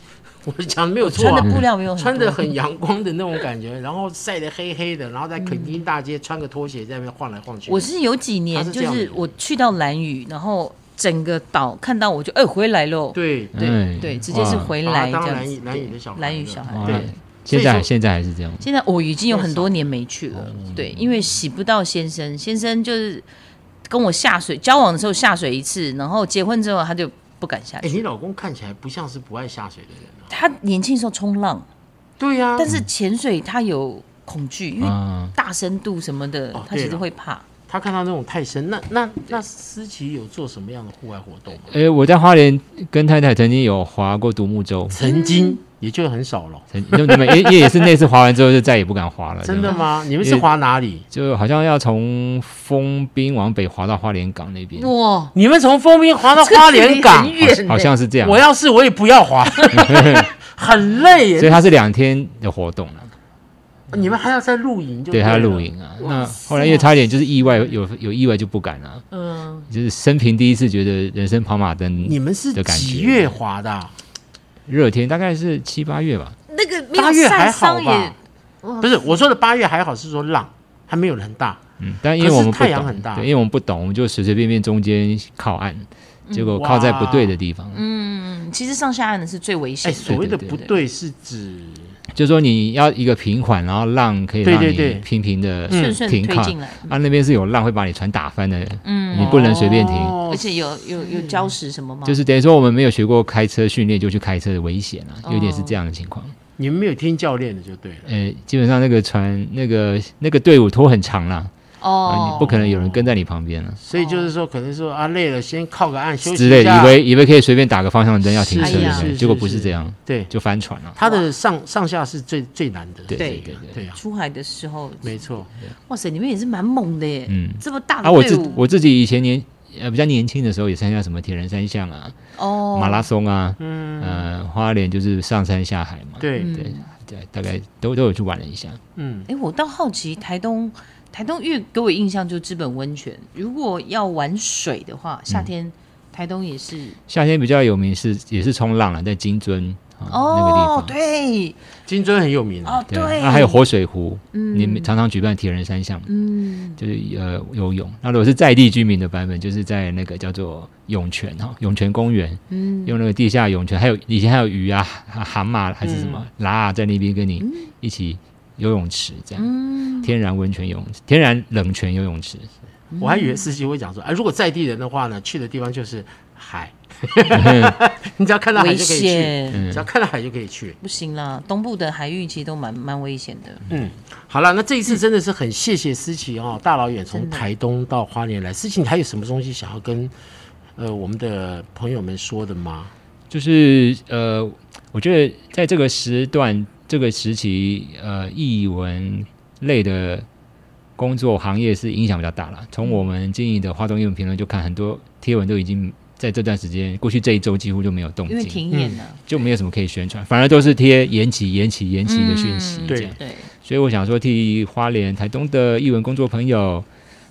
[SPEAKER 1] 我讲的没有错
[SPEAKER 2] 穿
[SPEAKER 1] 啊
[SPEAKER 2] 的。布料没有很
[SPEAKER 1] 穿
[SPEAKER 2] 多
[SPEAKER 1] 的很阳光的那种感觉， 然后晒得黑黑的，然后在垦丁大街穿个拖鞋在那边晃来晃去。
[SPEAKER 2] 我是有几
[SPEAKER 1] 他
[SPEAKER 2] 年
[SPEAKER 1] 是
[SPEAKER 2] 就
[SPEAKER 1] 这样
[SPEAKER 2] 是
[SPEAKER 1] 的
[SPEAKER 2] 我去到兰屿，然后整个岛看到我就哎、回来喽，
[SPEAKER 1] 对对
[SPEAKER 2] 对、
[SPEAKER 3] 哎
[SPEAKER 2] 对，直接是
[SPEAKER 3] 哇
[SPEAKER 2] 回
[SPEAKER 1] 把
[SPEAKER 2] 来
[SPEAKER 1] 他
[SPEAKER 2] 这
[SPEAKER 1] 当
[SPEAKER 2] 样子
[SPEAKER 1] 蓝。蓝雨的小孩，
[SPEAKER 2] 蓝屿小孩
[SPEAKER 3] 哇
[SPEAKER 1] 对，
[SPEAKER 3] 现
[SPEAKER 1] 所以
[SPEAKER 3] 在
[SPEAKER 1] 说
[SPEAKER 3] 现在还是这样，
[SPEAKER 2] 现在我已经有很多年没去了，
[SPEAKER 1] 哦
[SPEAKER 2] 对，因为洗不到先生，先生就是跟我下水交往的时候下水一次，然后结婚之后他就不敢下
[SPEAKER 1] 哎，
[SPEAKER 2] 去。
[SPEAKER 1] 你老公看起来不像是不爱下水的人啊。
[SPEAKER 2] 他年轻时候冲浪，
[SPEAKER 1] 对呀，
[SPEAKER 2] 但是潜水他有恐惧，因为
[SPEAKER 3] 啊，
[SPEAKER 2] 大深度什么的
[SPEAKER 1] 哦，
[SPEAKER 2] 他
[SPEAKER 1] 对
[SPEAKER 2] 其实
[SPEAKER 1] 了
[SPEAKER 2] 会怕。
[SPEAKER 1] 他看到那种太深，那那那思琪有做什么样的户外活动吗？
[SPEAKER 3] 诶，哎我在花莲跟太太曾经有划过独木舟，
[SPEAKER 1] 曾经嗯也就很少了，
[SPEAKER 3] 曾那么也也也是那次划完之后就再也不敢划了，
[SPEAKER 1] 真
[SPEAKER 3] 这
[SPEAKER 1] 的
[SPEAKER 3] 样，
[SPEAKER 1] 吗？你们是滑哪里？
[SPEAKER 3] 就好像要从丰滨往北划到花莲港那边，
[SPEAKER 2] 哇，
[SPEAKER 1] 你们从丰滨滑到花莲港
[SPEAKER 2] 这距，离很远呢
[SPEAKER 3] 好像是这样啊
[SPEAKER 1] 我，要是我也不要 滑，很累
[SPEAKER 3] 所以
[SPEAKER 1] 耶。
[SPEAKER 3] 它是两天的活动了。
[SPEAKER 1] 你们还要再露营就
[SPEAKER 3] 对，
[SPEAKER 1] 了
[SPEAKER 3] 他露。营啊。
[SPEAKER 1] 哇
[SPEAKER 3] 那
[SPEAKER 1] 塞
[SPEAKER 3] 后来因为差点就是意外，有有意外就不敢了、啊
[SPEAKER 2] 嗯，
[SPEAKER 3] 就是生平第一次觉得人生跑马
[SPEAKER 1] 你
[SPEAKER 3] 灯，
[SPEAKER 1] 们是
[SPEAKER 3] 的感觉
[SPEAKER 1] 几月滑的啊？
[SPEAKER 3] 热天大概是七八月吧。
[SPEAKER 2] 那个没
[SPEAKER 1] 八
[SPEAKER 2] 有
[SPEAKER 1] 月
[SPEAKER 2] 晒
[SPEAKER 1] 还好
[SPEAKER 2] 伤也
[SPEAKER 1] 吧？不是，我说的八月还好，是说浪还没有很大。
[SPEAKER 3] 嗯，但因为
[SPEAKER 1] 可是
[SPEAKER 3] 我们不
[SPEAKER 1] 太阳
[SPEAKER 3] 懂
[SPEAKER 1] 很大
[SPEAKER 3] 对，因为我们不懂，我们就随随便便中间靠岸，
[SPEAKER 1] 嗯
[SPEAKER 3] 结果靠在不对的地方。
[SPEAKER 2] 嗯，其实上下岸的是最危
[SPEAKER 1] 哎，
[SPEAKER 2] 险的。
[SPEAKER 1] 所谓的
[SPEAKER 3] 对对
[SPEAKER 1] 不
[SPEAKER 3] 对
[SPEAKER 1] 对是指
[SPEAKER 3] 就说你要一个平缓，然后浪可以
[SPEAKER 1] 对
[SPEAKER 3] 让
[SPEAKER 1] 对
[SPEAKER 3] 你
[SPEAKER 1] 对嗯
[SPEAKER 3] 平平的
[SPEAKER 2] 顺顺
[SPEAKER 3] 嗯停
[SPEAKER 2] 推
[SPEAKER 3] 靠。
[SPEAKER 2] 进来，
[SPEAKER 3] 啊，那边是有浪会把你船打翻的，
[SPEAKER 2] 嗯
[SPEAKER 3] 你不能随便停。
[SPEAKER 1] 哦
[SPEAKER 2] 而且有有有礁石什么吗？
[SPEAKER 3] 就是等于说我们没有学过开车训练，就去开车的危险啊，有点是
[SPEAKER 2] 哦
[SPEAKER 3] 这样的情况。
[SPEAKER 1] 你们没有听教练的就对了。
[SPEAKER 3] 呃，基本上那个船那个那个队伍拖很长啦，啊，
[SPEAKER 2] 哦
[SPEAKER 3] 你不可能有人跟在你旁边了、啊
[SPEAKER 1] 所以就是说，可能说啊累了，先靠个岸休息
[SPEAKER 3] 之类
[SPEAKER 1] 一
[SPEAKER 3] 的，
[SPEAKER 1] 下。
[SPEAKER 3] 以为以为可以随便打个方向灯要停车，
[SPEAKER 2] 是
[SPEAKER 3] 对不
[SPEAKER 2] 哎
[SPEAKER 3] 对？
[SPEAKER 1] 呀
[SPEAKER 3] 结果不是这样，
[SPEAKER 1] 对，
[SPEAKER 3] 就翻船了。
[SPEAKER 1] 它的上上下是最最难的。
[SPEAKER 3] 对
[SPEAKER 2] 对
[SPEAKER 3] 对对，
[SPEAKER 1] 对啊，
[SPEAKER 2] 出海的时候，
[SPEAKER 1] 没错。
[SPEAKER 2] 哇塞，你们也是蛮猛的耶！
[SPEAKER 3] 嗯
[SPEAKER 2] 这么大的
[SPEAKER 3] 啊，我
[SPEAKER 2] 队
[SPEAKER 3] 自
[SPEAKER 2] 伍，
[SPEAKER 3] 我自己以前年呃比较年轻的时候也参加什么铁人三项啊、
[SPEAKER 2] 哦，嗯
[SPEAKER 3] 马拉松啊，呃，花莲就是上山下海嘛，
[SPEAKER 1] 对，
[SPEAKER 3] 对对，大概都都有去玩了一下。
[SPEAKER 1] 嗯，
[SPEAKER 2] 哎，我倒好奇，台东台东，因为给我印象就资本温泉，如果要玩水的话，
[SPEAKER 3] 嗯
[SPEAKER 2] 夏天、台东也是
[SPEAKER 3] 夏天比较有名是也是冲浪了，在金樽啊、那个地
[SPEAKER 2] 哦
[SPEAKER 3] 方，。
[SPEAKER 2] 对，
[SPEAKER 1] 金樽很有名啊。
[SPEAKER 2] 哦对，
[SPEAKER 3] 啊，还有活水湖，你们常常举办铁人三项嘛，
[SPEAKER 2] 嗯，
[SPEAKER 3] 就是呃游泳。那如果是在地居民的版本，就是在那个叫做涌泉哈，涌泉公园，
[SPEAKER 2] 嗯，
[SPEAKER 3] 用那个地下涌泉，还有以前还有鱼啊、蛤蛤蟆还是什么拉啊，在那边跟
[SPEAKER 2] 嗯
[SPEAKER 3] 你一起游泳池这样，天然温泉游泳池，天然冷泉游泳池，
[SPEAKER 1] 我还以为司机会讲说，啊，如果在地人的话呢，去的地方就是海，
[SPEAKER 3] 嗯
[SPEAKER 1] 你只要看到海
[SPEAKER 2] 危
[SPEAKER 1] 就可以去，
[SPEAKER 2] 险。
[SPEAKER 1] 只要看到海就可以去。
[SPEAKER 2] 不行啦，东部的海域其实都蛮蛮危险的。
[SPEAKER 1] 嗯，好了，那这一次真的是很谢谢思琪哦，大老远从台东到花莲来，思琪你还有什么东西想要跟呃我们的朋友们说的吗？
[SPEAKER 3] 就是呃，我觉得在这个时段、这个时期，呃，译文类的工作行业是影响比较大了。
[SPEAKER 2] 嗯
[SPEAKER 3] 从我们经营的华东英文评论就看，很多贴文都已经在这段时间，过去这一周几乎就没有动
[SPEAKER 2] 因为
[SPEAKER 3] 静，
[SPEAKER 2] 停演了，
[SPEAKER 3] 就没有什么可以宣传，反而都是贴延期、延期、延期的讯息
[SPEAKER 2] 嗯
[SPEAKER 3] 这
[SPEAKER 1] 对
[SPEAKER 3] 样。
[SPEAKER 2] 对，
[SPEAKER 3] 所以我想说，替花莲、台东的译文工作朋友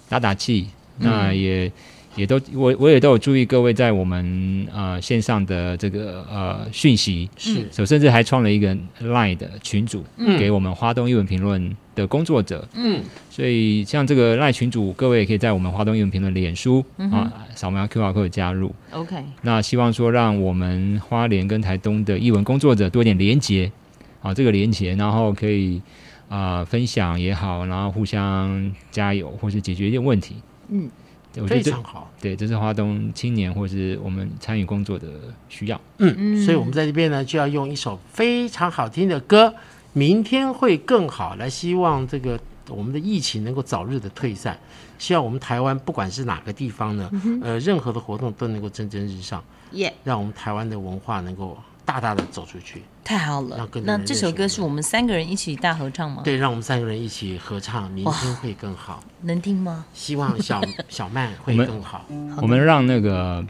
[SPEAKER 3] 打打气。
[SPEAKER 1] 嗯
[SPEAKER 3] 那也、也都我我也都有注意各位在我们呃线上的这个呃讯息，
[SPEAKER 1] 是，
[SPEAKER 3] 所以甚至还创了一个 Line 的群组，
[SPEAKER 1] 嗯
[SPEAKER 3] 给我们花东译文评论的工作者。
[SPEAKER 1] 嗯，
[SPEAKER 3] 所以像这个 Line 群组，各位也可以在我们花东译文评论脸书、
[SPEAKER 1] 嗯
[SPEAKER 3] 啊扫描 QR code 加入。
[SPEAKER 2] OK，
[SPEAKER 3] 那希望说让我们花莲跟台东的译文工作者多一点连结，好、这个连结，然后可以啊、呃分享也好，然后互相加油或是解决一点问题。
[SPEAKER 2] 嗯
[SPEAKER 3] 对，我觉
[SPEAKER 1] 非
[SPEAKER 3] 得这
[SPEAKER 1] 常好。
[SPEAKER 3] 对，这是花东青年或是我们参与工作的需要。
[SPEAKER 1] 嗯，所以我们在这边呢，就要用一首非常好听的歌，明天会更好。来，希望这个我们的疫情能够早日的退散，希望我们台湾不管是哪个地方呢，
[SPEAKER 3] 嗯
[SPEAKER 1] 呃，任何的活动都能够蒸蒸日上，
[SPEAKER 2] 耶、
[SPEAKER 1] 让我们台湾的文化能够大大的走出去。
[SPEAKER 2] 太好了
[SPEAKER 1] 让更！多
[SPEAKER 2] 那
[SPEAKER 1] 人
[SPEAKER 2] 这
[SPEAKER 1] 认
[SPEAKER 2] 首
[SPEAKER 1] 识
[SPEAKER 2] 歌
[SPEAKER 1] 我
[SPEAKER 2] 是我们三个人一起大合唱吗？，
[SPEAKER 3] 哦
[SPEAKER 1] 对，让我们三个人一起合唱，明天会更好。
[SPEAKER 2] 能听吗？
[SPEAKER 1] 希望 小小曼会
[SPEAKER 3] 我们
[SPEAKER 1] 更好。
[SPEAKER 2] 好的
[SPEAKER 3] 我们让那个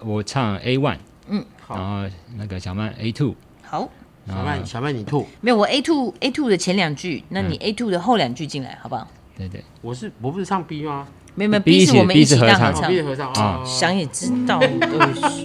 [SPEAKER 3] 我唱 A one，然
[SPEAKER 1] 好，
[SPEAKER 3] 后那个小曼 A two，
[SPEAKER 2] 好，
[SPEAKER 1] 小曼，小曼你吐，
[SPEAKER 2] 没有我 A two A two 的前两句，那
[SPEAKER 1] 嗯
[SPEAKER 2] 你 A two 的后两句进来，好不好？
[SPEAKER 3] 对对，
[SPEAKER 1] 我是我不是唱 B 吗？
[SPEAKER 2] 没有没有
[SPEAKER 3] B
[SPEAKER 2] ，B
[SPEAKER 3] 一
[SPEAKER 2] 是
[SPEAKER 3] 起
[SPEAKER 2] 我们
[SPEAKER 3] B
[SPEAKER 2] 一
[SPEAKER 3] 是
[SPEAKER 2] 起
[SPEAKER 3] 合
[SPEAKER 2] 大
[SPEAKER 3] 唱
[SPEAKER 2] 合
[SPEAKER 1] 哦
[SPEAKER 2] 唱
[SPEAKER 1] B 的，合唱
[SPEAKER 3] 啊
[SPEAKER 1] 哦
[SPEAKER 2] 想也知道，对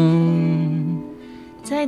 [SPEAKER 5] 抬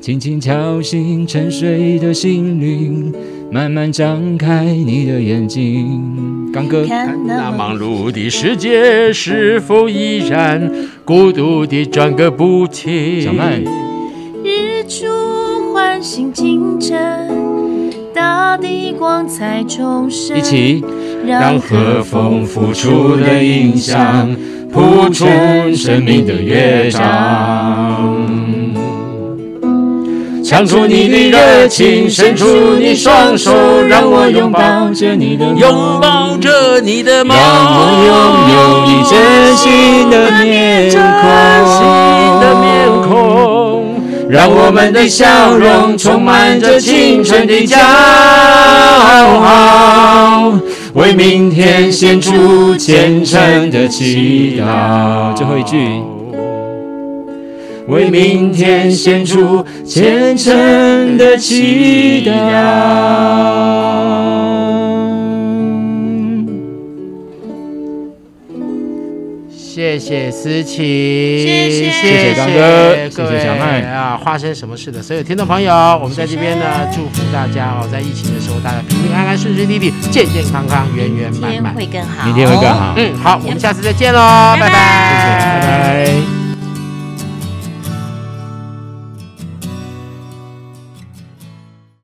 [SPEAKER 3] 轻轻敲醒沉睡的心灵，慢慢张开你的眼睛。刚哥，
[SPEAKER 5] 看
[SPEAKER 1] 那
[SPEAKER 5] 那
[SPEAKER 1] 忙碌的世界是否依然孤独地转个不停？
[SPEAKER 3] 小曼，
[SPEAKER 5] 日出唤醒清晨，大地光彩重生，
[SPEAKER 3] 一起，
[SPEAKER 1] 让和风拂出的音响谱出生命的乐章。唱出你的热情，伸出你双手，让我拥抱，
[SPEAKER 3] 着你的
[SPEAKER 1] 拥抱着你的梦，
[SPEAKER 3] 让我拥有你真心的面
[SPEAKER 1] 真心的面
[SPEAKER 3] 孔。
[SPEAKER 1] 孔，
[SPEAKER 3] 让
[SPEAKER 1] 让
[SPEAKER 3] 我
[SPEAKER 1] 我
[SPEAKER 3] 们
[SPEAKER 1] 们
[SPEAKER 3] 的
[SPEAKER 1] 的
[SPEAKER 3] 笑
[SPEAKER 1] 笑
[SPEAKER 3] 容
[SPEAKER 1] 容
[SPEAKER 3] 充
[SPEAKER 1] 充
[SPEAKER 3] 满
[SPEAKER 1] 满
[SPEAKER 3] 着
[SPEAKER 1] 着
[SPEAKER 3] 青
[SPEAKER 1] 青
[SPEAKER 3] 春
[SPEAKER 1] 春
[SPEAKER 3] 的
[SPEAKER 1] 的
[SPEAKER 3] 骄
[SPEAKER 1] 骄
[SPEAKER 3] 傲
[SPEAKER 1] 傲，
[SPEAKER 3] 为
[SPEAKER 1] 为
[SPEAKER 3] 明
[SPEAKER 1] 明
[SPEAKER 3] 天
[SPEAKER 1] 天
[SPEAKER 3] 献
[SPEAKER 1] 献
[SPEAKER 3] 出
[SPEAKER 1] 出
[SPEAKER 3] 虔
[SPEAKER 1] 虔诚
[SPEAKER 3] 诚的
[SPEAKER 1] 的
[SPEAKER 3] 祈
[SPEAKER 1] 祈祷。
[SPEAKER 3] 祷最后一句
[SPEAKER 1] 为明天献出虔诚的祈祷。谢谢思琪，谢谢
[SPEAKER 3] 谢谢刚哥谢谢小麦
[SPEAKER 1] 啊！花生什么事的所有听众朋友，我们在这边呢，祝福大家哦，在疫情的时候，大家平平安安、顺顺利利、健健康康、圆圆
[SPEAKER 2] 明
[SPEAKER 1] 满
[SPEAKER 2] 天
[SPEAKER 1] 满。
[SPEAKER 2] 会更好，
[SPEAKER 3] 明天会更好。
[SPEAKER 1] 嗯，好，我们下次再见喽，拜拜，
[SPEAKER 3] 拜拜。